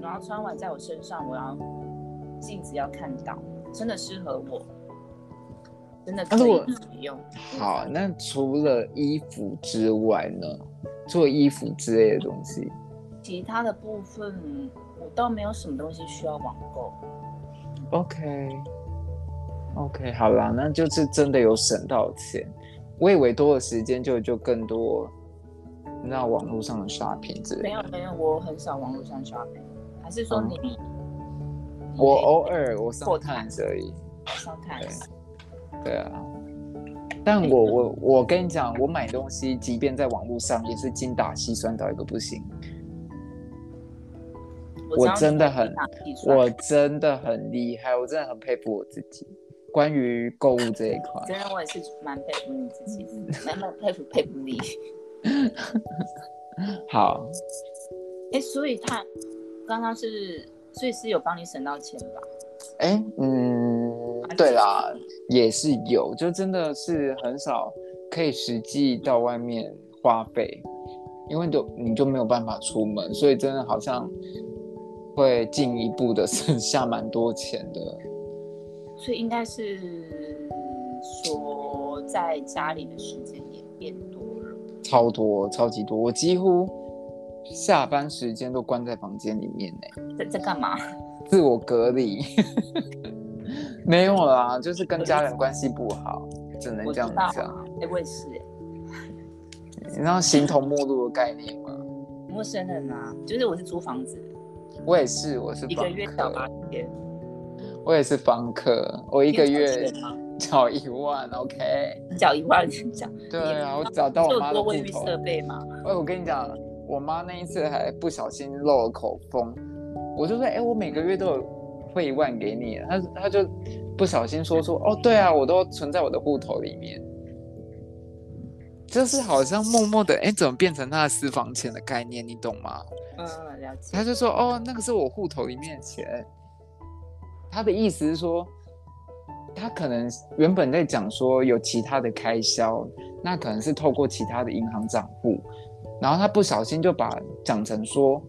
然后穿完在我身上，我要镜子要看到，真的适合我，真的可
但是
以
我
使用。
好，那除了衣服之外呢？做衣服之类的东西，
其他的部分我倒没有什么东西需要网购，
OK，OK，、好啦，那就是真的有省到钱。我以为多的时间就就更多，你知道网络上的 shopping 之类
没有
的。
没有，我很少网络上 shopping，还是说
嗯
你？
我哦偶尔我上
破
探
产
而已，
上看，
对啊。但我我我跟你讲，我买东西，即便在网络上也是精打细算到一个不行。
我知道
我真的
你
很
会打计算
我真的很厉害，我真的很佩服我自己。关于购物这一块，
真的，我也是蛮佩服你自己的，蛮蛮佩服佩服你。
好，
哎、所以他刚刚是，所以是有帮你省到钱吧？啊
哎、嗯，对啦，也是有，就真的是很少可以实际到外面花费，因为就你就没有办法出门，所以真的好像会进一步的省下蛮多钱的。
所以应该是说在家里的时间也变多了。
超多，超级多，我几乎下班时间都关在房间里面呢、
在在干嘛？
自我隔离。没有啦，就是跟家人关系不好，只能
我
这
知
样
道啊
讲。，
哎、我也是、哎
你知道形同陌路的概念吗？
陌生人啊，就是我是租房子，
我也是，我是
一个月缴
房
八
客，
千，
我也是房客，我一
你
个
有
月
缴钱吗
缴一万，OK。
你缴一万，你缴
对啊，我找到
你
我
有
妈
多
的户
卫浴
头。
设备吗？
哎，我跟你讲，我妈那一次还不小心漏了口风，我就说，哎、我每个月都有汇一万给你，她她就不小心说出，哦，对啊，我都存在我的户头里面，就是好像默默的，哎、怎么变成她的私房钱的概念，你懂吗？
嗯，了解。
她就说，哦，那个是我户头里面的钱，她的意思是说，他可能原本在讲说有其他的开销，那可能是透过其他的银行账户，然后他不小心就把讲成说，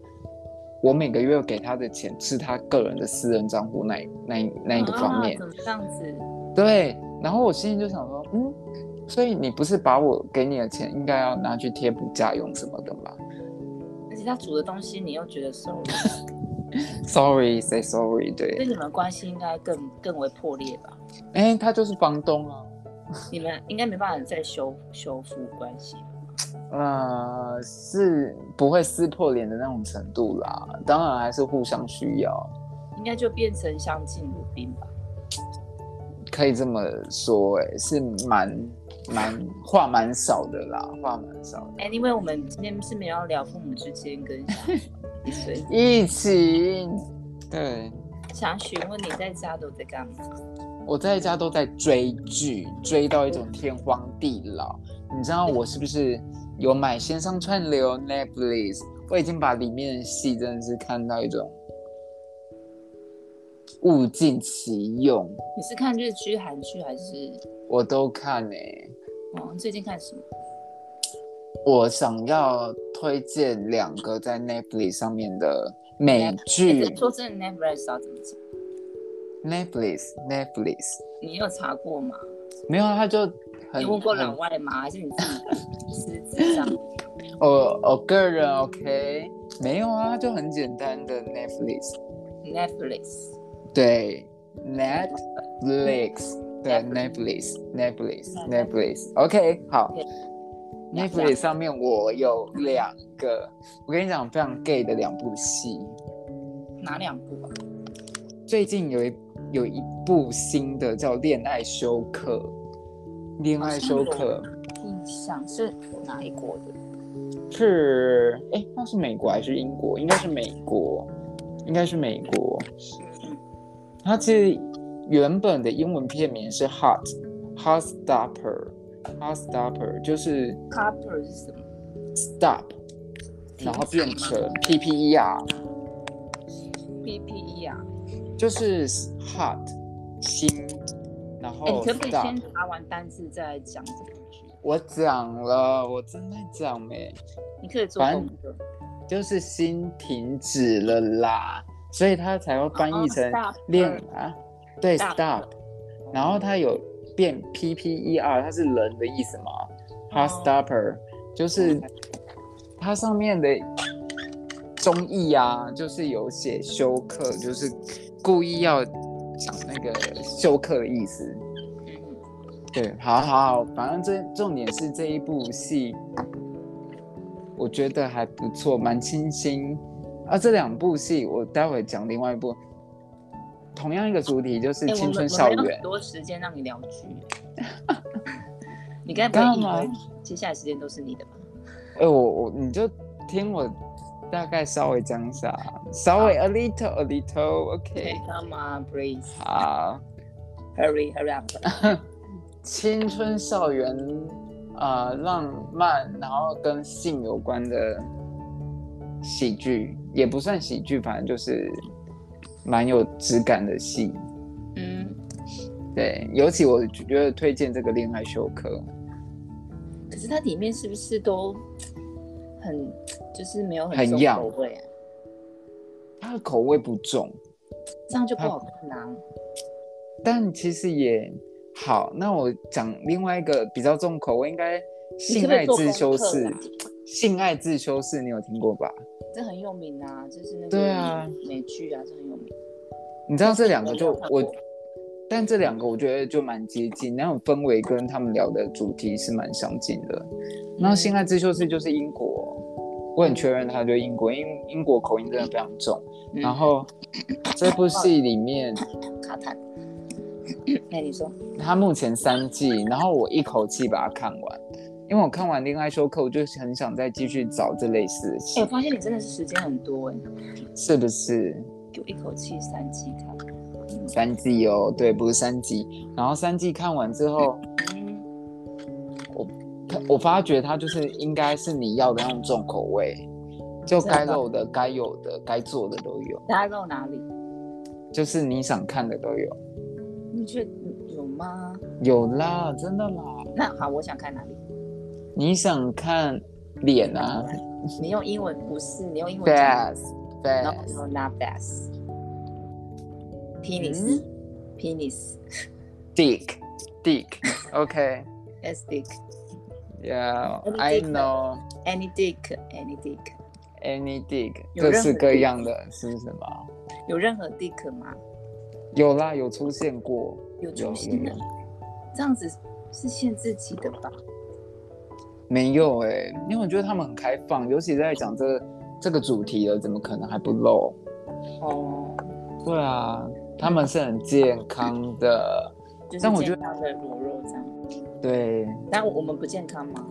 我每个月给他的钱是他个人的私人账户那一那一那一个方面
啊，怎么这样子？
对，然后我心里就想说，嗯，所以你不是把我给你的钱应该要拿去贴补家用什么的吗
而且他煮的东西你又觉得熟了，
？Sorry, say sorry。
所以
对，
你们关系应该更更为破裂吧？
哎，他就是房东啊，
你们应该没办法再修修复关系吧。
呃，是不会撕破脸的那种程度啦。当然还是互相需要，
应该就变成相敬如宾吧。
可以这么说、哎，是蛮蛮话蛮少的啦，话蛮少的。
Anyway，我们今天是没有要聊父母之间跟小孩所以
一起，对，
想询问你在家都在干嘛？
我在家都在追剧，追到一种天荒地老。你知道我是不是有买线上串流 Netflix？我已经把里面的戏真的是看到一种物尽其用，
你是看日剧、韩剧还是？
我都看哎、
哦，你最近看什么？
我想要推荐两个在 Netflix 上面的美剧
欸说真的，Netflix 要怎么讲？
，Netflix Netflix
你有查过吗？
没有啊，他就很
你问过
很
老外吗？还是你自己实质上？
我我个人 OK，没有啊，就很简单的 Netflix，
Netflix
对 Netflix，对 Netflix Netflix Netflix OK 好
OK
，Netflix 上面我有两个，我跟你讲非常 gay 的两部戏，
哪两部啊？
最近有一有一部新的叫《恋爱休克》，恋爱休克
印象是哪一国的？
是哎，那是美国还是英国？应该是美国，应该是美国。
嗯
它其实原本的英文片名是 Hot Hot Stopper Hot Stopper，就是
，Copper 是什么？
stop，然后变成
E
E PPER，
PPE 啊？
就是 hot 心，然
哎、你
后
可不可以
stop。
先查完单字再讲这个剧？
我讲了，我正在讲没，
你可以做功课。
就是心停止了啦，所以它才会翻译成
哦
恋
stopper
啊，对
stop
stop，然后它有变 P P E R，它是人的意思嘛？Hot stopper 就是它上面的中译啊，就是有写休克，就是故意要讲那个休克的意思。
嗯
对，好好好，反正这重点是这一部戏，我觉得还不错，蛮清新。啊，这两部戏我待会讲另外一部，同样一个主题就是
哎我
青
们
春校
我们还有
园
很。多时间让你聊 剧。你该不
干
会以
嘛
为接下来时间都是你的吧？
哎、我我你就听我大概稍微讲一下，稍微 a little a little，OK，、
Come on, please,
好。
hurry, hurry up！
青春校园，呃，浪漫，然后跟性有关的喜剧，也不算喜剧，反正就是蛮有质感的戏。
嗯，
对，尤其我觉得推荐这个《恋爱休克》，
可是它里面是不是都很就是没有
很
重
样
口味啊？
它的口味不重，
这样就不好看啦、
但其实也好。那我讲另外一个比较重口味，应该《
你是
性
不是
爱
做
自修
功课
室
啦》。
性爱自修室，你有听过吧？
这很有名啊，就是那个
对啊
美剧啊，这很有名。
你知道这两个就
我没有看过
我，但这两个我觉得就蛮接近，那种氛围跟他们聊的主题是蛮相近的。然后《
嗯
性爱自修室》就是英国，我很确认它就英国，英英国口音真的非常重。
嗯
然后这部戏里面，
卡坦，哎，你说，
它目前三季，然后我一口气把它看完，因为我看完《恋爱休克》，我就很想再继续找这类似的
哎，我
戏，
发现你真的是时间很多哎、
是不是？
有一口气三季看。
三季哦，对，不是三季。然后三季看完之后。
嗯。
我发觉它就是应该是你要的那种重口味，就该露的、该有的、该做的都有，
大家到哪里？
就是你想看的都有。
你觉得有吗？
有啦，真的啦。
那好，我想看哪里？
你想看脸 啊
你用英文不是？你用英文讲。
？Bass
No,
Bass
no, not bass. Penis,
Hmm?
penis,
Dick Dick OK
yes, dick.
Yeah
Any
I
dick 呢
know
Any dick, any dick.
any dick
有
各
任
式
何
各
dick
样的是什么？
有任何 dick 吗？
有啦，有出现过，
有出
有
现
有
的
有，
这样子是限制级的吧？
没有哎、因为我觉得他们很开放，尤其在讲这这个主题了，怎么可能还不露？
哦，
对啊，他们是很健康的，
就是
但我觉
健康的裸肉这样。
对，
但我们不健康吗？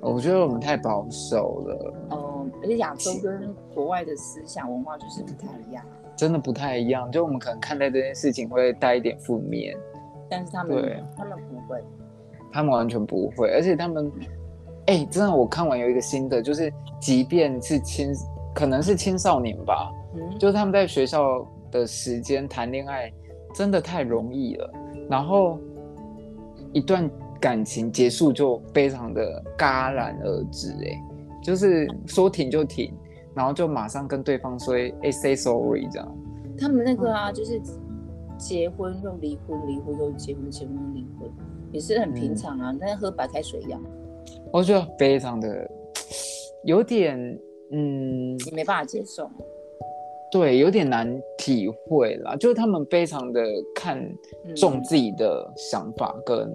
我觉得我们太保守了，
哦，而且亚洲跟国外的思想文化就是不太一样，
真的不太一样。就我们可能看待这件事情会带一点负面，
但是他
对
们他们不会。
他们完全不会，而且他们，哎、真的，我看完有一个新的，就是即便是青，可能是青少年吧，
嗯，
就是他们在学校的时间谈恋爱真的太容易了，然后一段感情结束就非常的戛然而止、哎，就是说停就停，然后就马上跟对方说，哎、s a y sorry 这样，
他们那个
嗯
啊，就是结婚又离婚，离婚又结婚，结婚又离婚，也是很平常
嗯
啊，那、喝白开水一样，
我觉得非常的有点，嗯，
你没办法接受。
对，有点难体会啦，就是他们非常的看
嗯
重自己的想法跟、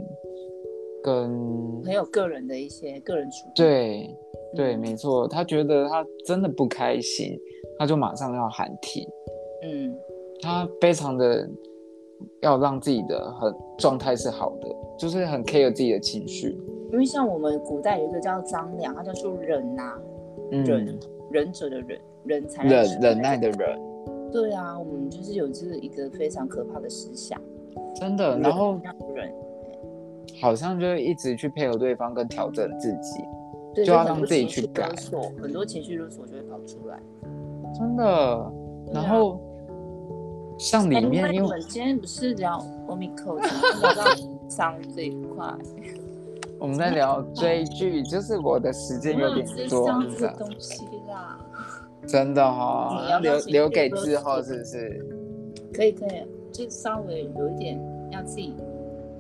跟
很有个人的一些个人主义。
对
嗯
对，没错，他觉得他真的不开心，他就马上要喊停，
嗯，
他非常的要让自己的很状态是好的，就是很 care 自己的情绪，
因为像我们古代有一个叫张良，他叫做忍呐、
嗯，
忍忍者的忍，忍才
忍忍耐。的忍，
对啊，我们就是有这一个非常可怕的思想，
真的，然后
让人
好像就一直去配合对方跟调整自己，
对
就要
很多
让自己
情绪
去改
勒索很多情绪勒索就会跑出来。
真的，然
对啊
后。像里
哎
面，
因
因
为我
为
们今天不是聊 Omicron，聊到伤这一块，
我们在聊追剧，就是我的时间有
哪
点嗯
知
多
道，
你知
这
道
个东西啦？
真的哈、
你
那留
要不要去
留给
多
之后
吃
是不是？
可以可以，就稍微有一点要自己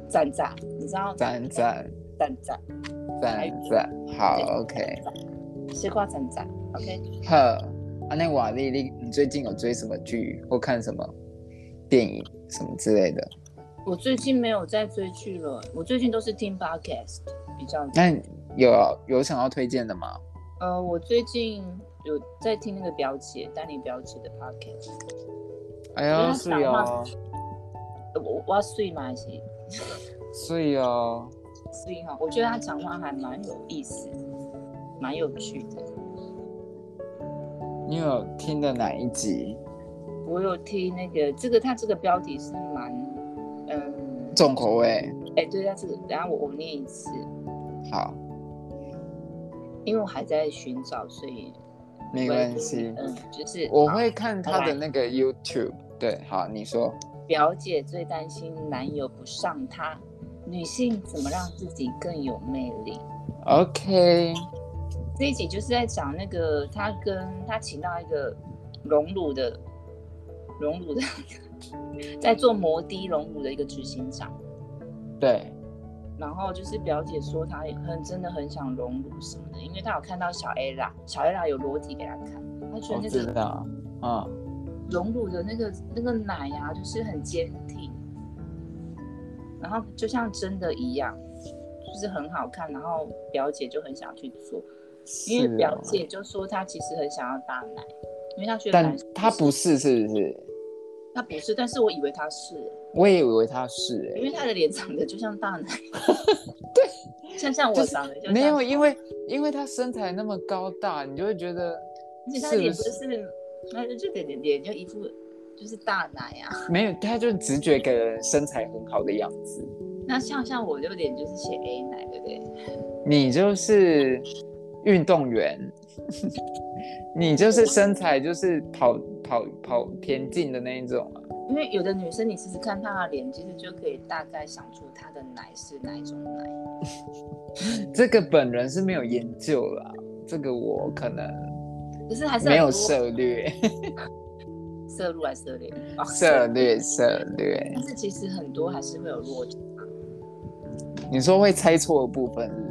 攒攒，你知道
赞赞
攒攒，
赞赞，好，OK，
西瓜攒攒，OK。
呵，啊，那瓦丽丽，你最近有追什么剧或看什么电影什么之类的？
我最近没有在追剧了，我最近都是听 podcast 比较。
那你有有想要推荐的吗？
呃，我最近有在听那个表姐丹尼表姐的 podcast，
哎
我
呦，
要
是
想
哦，
呃我我要睡嘛还是
是哦，
睡哈？我觉得她讲话还蛮有意思，蛮有趣的。
你有听的哪一集？
我有听那个这个，她这个标题是蛮，嗯，
重口味，
哎、对，她这个，等下我我念一次，
好，
因为我还在寻找，所以
没
我要
关
听
系，
嗯，就是
我
好
会看他
拜
的
拜
那个 YouTube。对，好，你说。
表姐最担心男友不上她，女性怎么让自己更有魅力？嗯
OK，
这一集就是在讲那个她跟她请到一个荣辱的荣辱的， 在做摩的荣辱的一个执行长，
对，
然后就是表姐说她也很真的很想荣辱什么的，因为她有看到小 A 啦，小 A 啦有裸体给她看，她觉
我
得那
知
个
道，嗯，
荣乳的那个那个奶呀、就是很坚挺，然后就像真的一样，就是很好看。然后表姐就很想去做，因
是
为
哦
表姐就说她其实很想要大奶，因为她觉得
但
男生
他不是，是不是？
她不是，但是我以为她是，欸
我也以为他是、欸，
因为她的脸长得就像大 奶，对，像像
就
我
是
长得就像
没有，因为因为他身材那么高大，你就会觉得
而且她
是不
脸不
是
是，她就这个脸脸就一副就是大奶啊。
没有，他就直觉给人身材很好的样子。
那像像我就脸就是写 A 奶，对不对？
你就是运动员， 你就是身材就是跑跑跑田径的那一种啊，
因为有的女生你其实看她的脸，其实就可以大概想出她的奶是哪一种奶。
这个本人是没有研究啦，这个我可能
可是还是很
没有
多
涉略，
摄入还是涉猎，哦
涉略涉略。
但是其实很多还是会有落差。
你说会猜错的部分是不是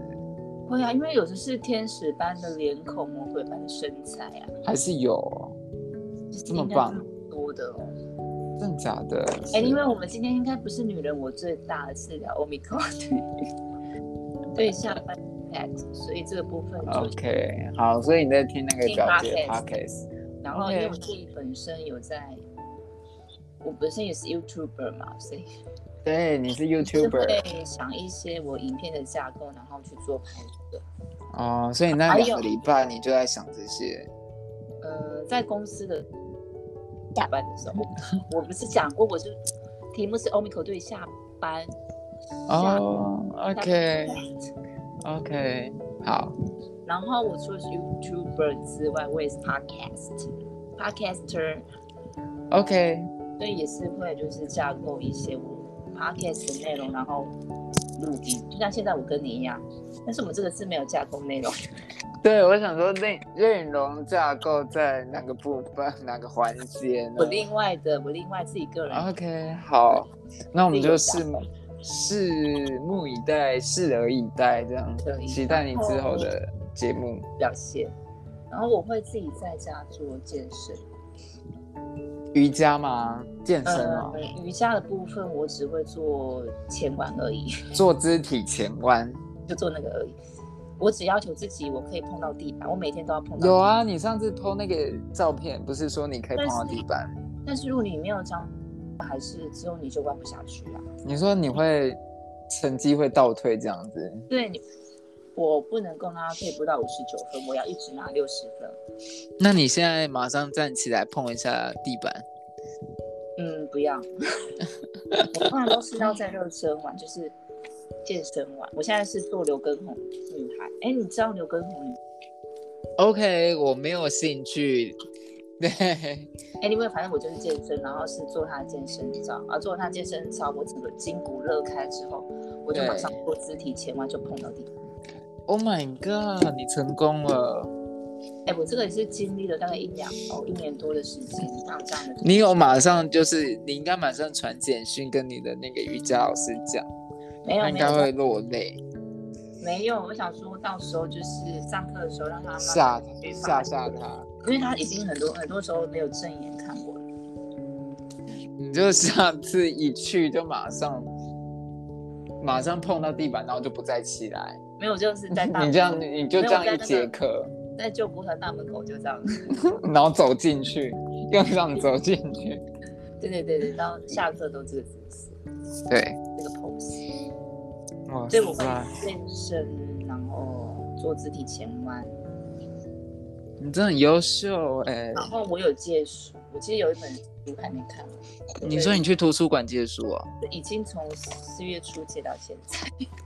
会啊，因为有的是天使般的脸孔，魔鬼般的身材啊，
还是有哦？
其实
这么
应该
棒
是蛮多的哦。
真的假的？
哎、因为我们今天应该不是女人我最大的是聊 Omicron 对对下半 impact，所以这个部分就
OK，好，所以你在听那个
听
表姐
podcast
podcast，
然后因为
OK
我自己本身有在，我本身也是 YouTuber 嘛，所以
对，你是
就是
YouTuber
会想一些我影片的架构，然后去做拍摄。
哦，所以你那
还有
两个礼拜你就在想这些，
呃，在公司的下班的时候，我不是讲过，我是题目是 Omicron 对下班下
哦，OK
啊
OK，好，
然后我除了是 YouTuber 之外，我也是 Podcast Podcaster，
OK，
所以也是会就是架构一些我 Podcast 的内容，然后录音，就像现在我跟你一样，但是我们这个是没有架构内 容，
对我想说内内容架构在哪个部分哪个环节呢
我另外的我另外自己个人。
啊？OK，好，那我们就拭目拭目以待，拭而以待，这样
可以
期待你之后的节目。
表现，然后我会自己在家做健身，
瑜伽吗？健身哦，
呃，瑜伽的部分我只会做前腕而已，
坐姿体前弯。
就做那个而已。我只要求自己，我可以碰到地板，我每天都要碰到。
有，啊，你上次 PO 那个照片，不是说你可以碰到地板？
但是如果你没有这样，还是之后你就弯不下去啊。
你说你会成绩会倒退这样子？
对你，我不能够让他退步到五十九分，我要一直拿六十分。
那你现在马上站起来碰一下地板。
嗯，不要。我通常都是要在热身完，就是健身完。我现在是做刘畊宏女孩。哎，你知道刘畊宏女？
OK，我没有兴趣。 对，
哎，因为反正我就是健身，然后是做她的健身操，啊，做完她健身操，我整个筋骨热开之后，我就马上做肢体前弯就碰到地板。
Oh my god！你成功了，
哎，我这个也是经历了大概一两哦一年多的时间，像这样的。
你有马上就是你应该马上传简讯跟你的那个瑜伽老师讲，
没有
他应
没
该
有
会落泪，
没有，我想说到时候就是上课的时候让他慢慢
吓
去
吓
发
吓他，
因为他已经很多很多时候没有正眼看过了。
你就下次一去就马上马上碰到地板，然后就不再起来。
没有，就是 在大
你这样你就
没有
这样
在
一
那个
节课，
在旧骨头大门口就这样。
然后走进去，用这样走进去，
对对对对，到下课都这个姿势，
对，
这个 pose。
哇
所以我会健身，然后做肢体前弯，
你真的很优秀哎、
然后我有借书，我其实有一本书还没看完。
你说你去图书馆借书啊？
对已经从四月初借到现在，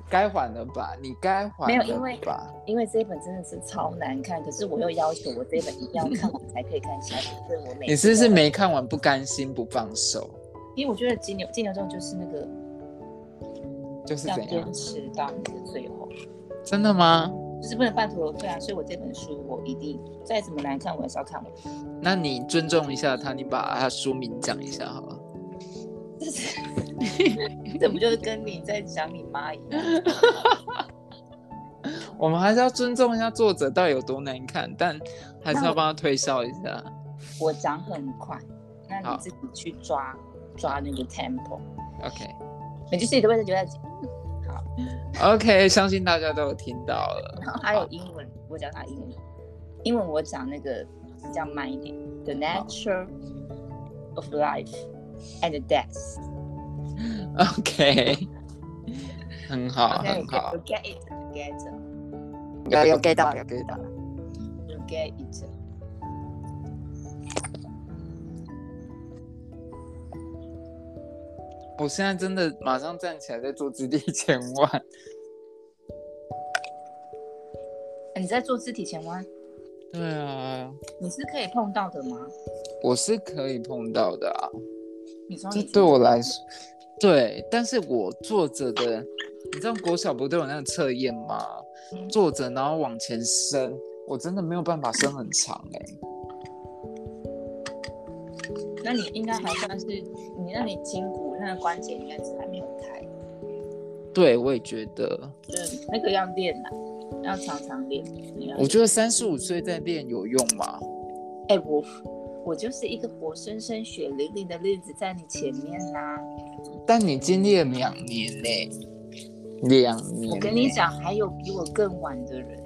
该还了吧？你该还
没有
了
因为
吧？
因为这一本真的是超难看，可是我又要求我这一本一定要看完才可以看下去，所以我每
你是不是没看完不甘心不放手，
因为我觉得金牛金牛座就是那个
就是
要
怎样
坚？持到你的最后，
真的吗？
就是不能半途而废啊。所以我这本书我一定再怎么难看，我还是要看完。
那你尊重一下他，你把他书名讲一下好了。
这不就是跟你在讲你妈一样？
我们还是要尊重一下作者到底有多难看，但还是要帮他推销一下。
我讲很快，那
好
你自己去抓抓那个 tempo，
OK
你就自己的位置就在讲。
OK，相信大家都有听到了。
然后还有英文，我讲他英文，英文我讲那个比较慢一点，The nature of life and death。
OK，很好
OK，
很好
you，get it，you get it，you
有有 get 到有 get 到。
get it。
我现在真的马上站起来在做肢体前 弯，
哎你在做肢体前弯，
对啊，
你是可以碰到的吗？
我是可以碰到的啊。
你从
这
以前
对我来说，对，但是我坐着的，你知道国小不都有那个测验吗？坐着然后往前伸，我真的没有办法伸很长哎、
那你应该还算是你那里筋骨那个关节应该是还没有开，
对，我也觉得，
就是那个要练啦，要常常练。你要
我觉得三十五岁再练有用吗？
哎、我我就是一个活生生血淋淋的例子在你前面啦、
但你经历了两年呢、两年、
我跟你，讲，还有比我更晚的人，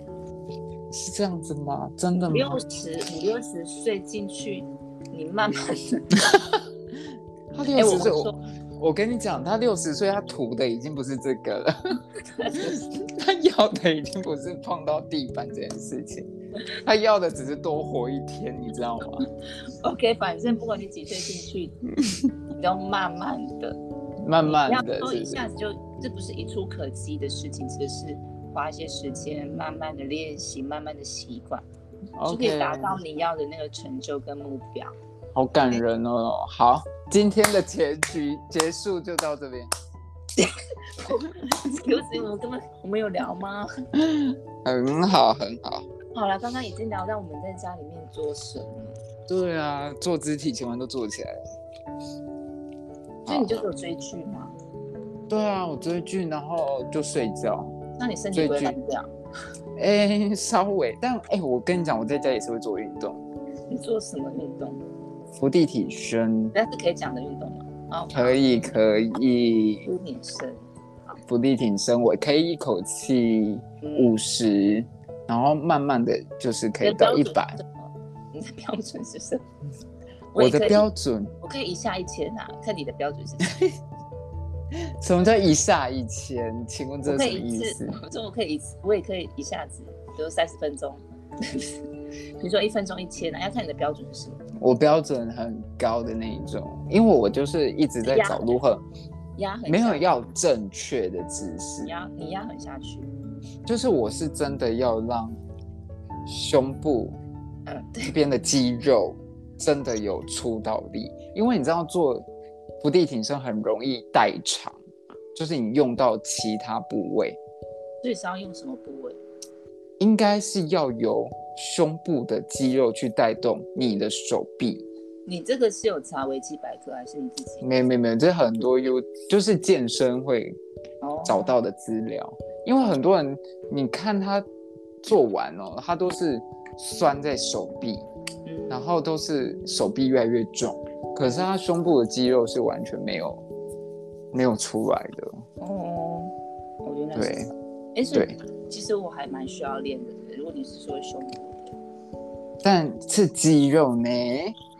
是这样子吗？真的吗
六？十五六十岁进去，你 慢慢的，
他
哎、
六十
我们
岁，
说
我我跟你讲，他六十岁，他涂的已经不是这个了， 他要的已经不是碰到地板这件事情，他要的只是多活一天，你知道吗？
OK，反正不管你几岁进去，你都慢慢的，
慢慢
不要
的，
说
是
一
不是
下子就这不是一触可及的事情，只是花一些时间，慢慢的练习，慢慢的习惯就可以
？OK，
达到你要的那个成就跟目标。
好感人哦。好，今天的结局结束就到这边，
有时我们根本我们有聊吗？
很好，很好。
好了，刚刚已经聊到我们在家里面做什么，
对啊，做肢体前弯都做起来了。
所以你就只有追剧嘛？
对啊，我追剧然后就睡觉。
那你身体不会
追
烂
剧
掉？
哎、稍微，但哎、我跟你讲，我在家也是会做运动，
你做什么运动？
伏地挺身，
那是可以讲的运动吗？啊，
可以可以，
有点深。
伏地挺身，我可以一口气
嗯
五十，然后慢慢的就是可
你
以
的
到
标
一
准是
百。
什么？你的标准是什么？
我
也
的
可以
标，准，
我可以一下一千啊，看你的标准是什么。
什么叫一下一千？请问这是
我可
什么
以一
意
次
思？，
我说我可以一次，我也可以一下子，比如三十分钟。 比如说一分钟一千啊，要看你的标准是什么。
我标准很高的那一种，因为我就是一直在
压
找如何
压很
没有
下
要正确的姿势
你，压你压很下去。
就是我是真的要让胸部
嗯，对，
这边的肌肉真的有出到力，因为你知道做伏地挺身很容易代偿，就是你用到其他部位，
最是要用什么部位？
应该是要由胸部的肌肉去带动你的手臂。
你这个是有查维基百科还是你自己？
没有没有没有，这很多有就是健身会
哦，
找到的资料，因为很多人你看他做完哦，他都是酸在手臂，
嗯，
然后都是手臂越来越重，可是他胸部的肌肉是完全没有没有出来的。
哦，我原来是
对
这样。哎，所
对
以，其实我还蛮需要练的。如果你是说胸部的，
但是肌肉呢？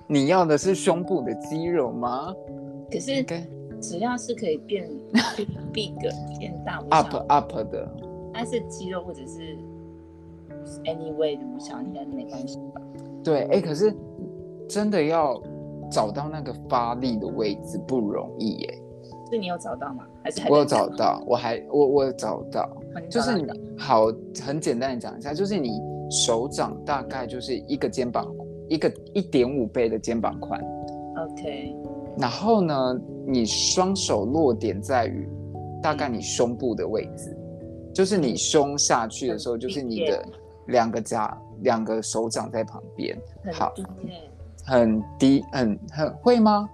你要的是胸部的肌肉吗？
可是
应该
只要是可以变 big 变大，我想
up up 的，
但是肌肉或者是 anyway，我想应该没关系吧。
对，哎、可是真的要找到那个发力的位置不容易耶、
所以你有找到吗？还是还在
我有找到，我还我我有找到，
哦你
就
找到
是
了
你好，很简单的讲一下，就是你手掌大概就是一个肩膀一个一点五倍的肩膀宽，
OK，
然后呢，你双手落点在于大概你胸部的位置，就是你胸下去的时候，就是你的两个夹两个手掌在旁边，
很
好
低耶。
很低，很很会吗？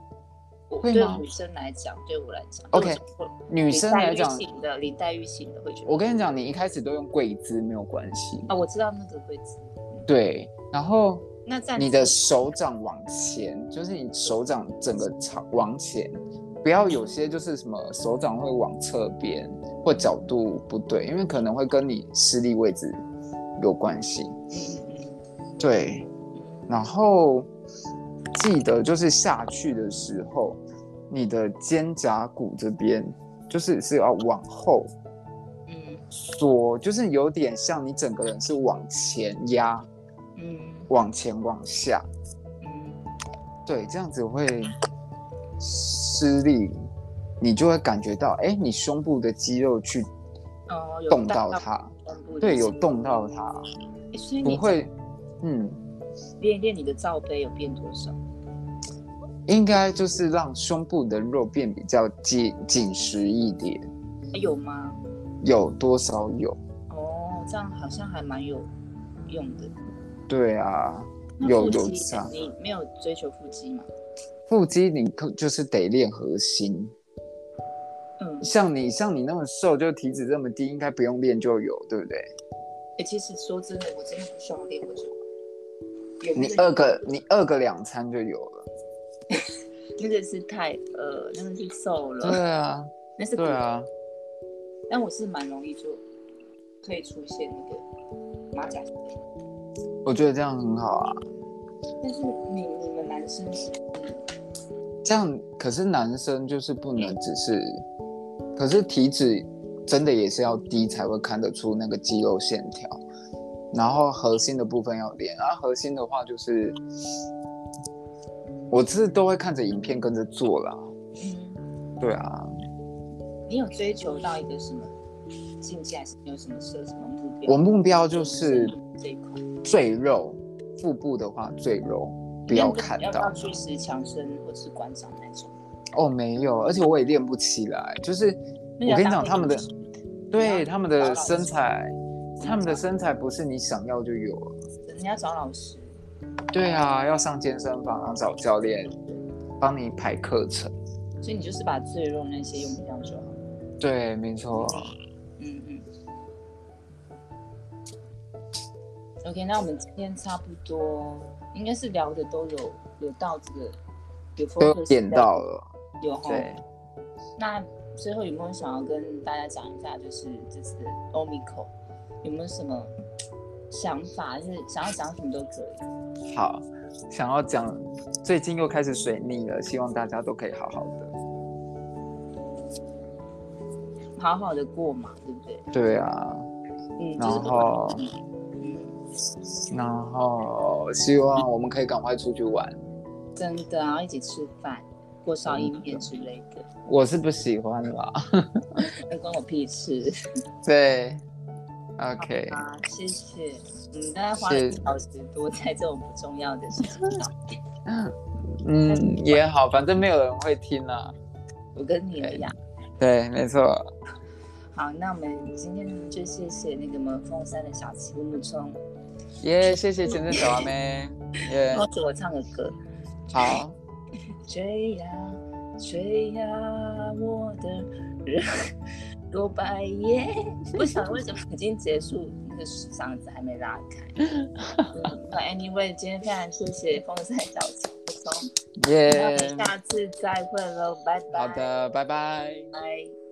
我
会
对
吗
女生来讲，对我来讲
OK
我
女生来讲，
型的林黛玉型的会觉得
我跟你讲，你一开始都用跪姿没有关系，
啊，我知道那个位置。
对，然后
那站
你
姿
的手掌往前，就是你手掌整个朝往前，不要有些就是什么手掌会往侧边或角度不对，因为可能会跟你视力位置有关系。对，然后记得就是下去的时候，你的肩胛骨这边就是是要往后
嗯
缩，就是有点像你整个人是往前压，
嗯
往前往下。
嗯，
对，这样子会失力，你就会感觉到，哎、你胸部的肌肉去
哦，有
动到它，
胸部的
对，
肌
有动到它，
诶所以
不
你
会，嗯，
练一练你的罩杯有变多少？
应该就是让胸部的肉变比较紧紧实一点，
有吗？
有多少有？
哦，这样好像还蛮有用的。
对啊，
那
有
腹
有
肌
差
你没有追求腹肌吗？
腹肌你可就是得练核心，
嗯，
像你像你那么瘦，就体脂这么低，应该不用练就有，对不对？
哎、其实说真的，我真的不需要练为什么？有
你
那
饿个你饿个两餐就有了。
那个是太饿，那个是瘦了，
对啊，
那是骨
对啊，
但我是蛮容易就可以出现那个马甲线，
我觉得这样很好啊。
但是你你们男生是
这样可是男生就是不能只是，可是体脂真的也是要低才会看得出那个肌肉线条，然后核心的部分要练，然后核心的话就是，我是都会看着影片跟着做啦。
嗯，
对啊，
你有追求到一个什么境界，还是你有什么设什么目标？
我目标就是
这一块
赘肉，腹部的话赘肉不要看
要不
到
要。去实强身或是馆长那种？
哦，没有，而且我也练不起来，就是
那
我
要
跟你
搭
讲
配
他们的
饮食
对他们的
老师
身材，他们的身材不是你想要就有了。
你要找老师，
对啊，要上健身房，然后找教练帮你排课程。
所以你就是把赘肉那些用掉就好。
对，没错。
嗯嗯。OK，那我们今天差不多应该是聊的都有有到这个有 f
都
o
点到了。哦
有哈。
对，
那最后有没有想要跟大家讲一下，就是这次 Omico 有没有什么想法，还是想要讲什么都可以？
好，想要讲，最近又开始水逆了，希望大家都可以好好的。
好好的过嘛，对不对？
对啊，
嗯，就
然
是
后
嗯，
然后希望我们可以赶快出去玩。
真的啊，一起吃饭，过烧意面之类的，
我是不喜欢啦。
那关我屁事。
对，OK，
啊，谢谢。我们大概花了一
是
小时多在这种不重要的事情上。
嗯，也好，反正没有人会听啦、
我跟你一样。
对，没错。
好，那我们今天就谢谢那个我们凤山的小齐木木冲，
耶、谢谢前阵小阿妹。耶、
或者我唱个歌。
好，
吹呀吹呀，我的热多白夜。不晓得为什么已经结束，那个嗓子还没拉开。嗯那 anyway，今天非常谢谢凤山小齐木冲，
耶、
那我们下次再会喽，拜拜。
好，的，拜拜。
拜。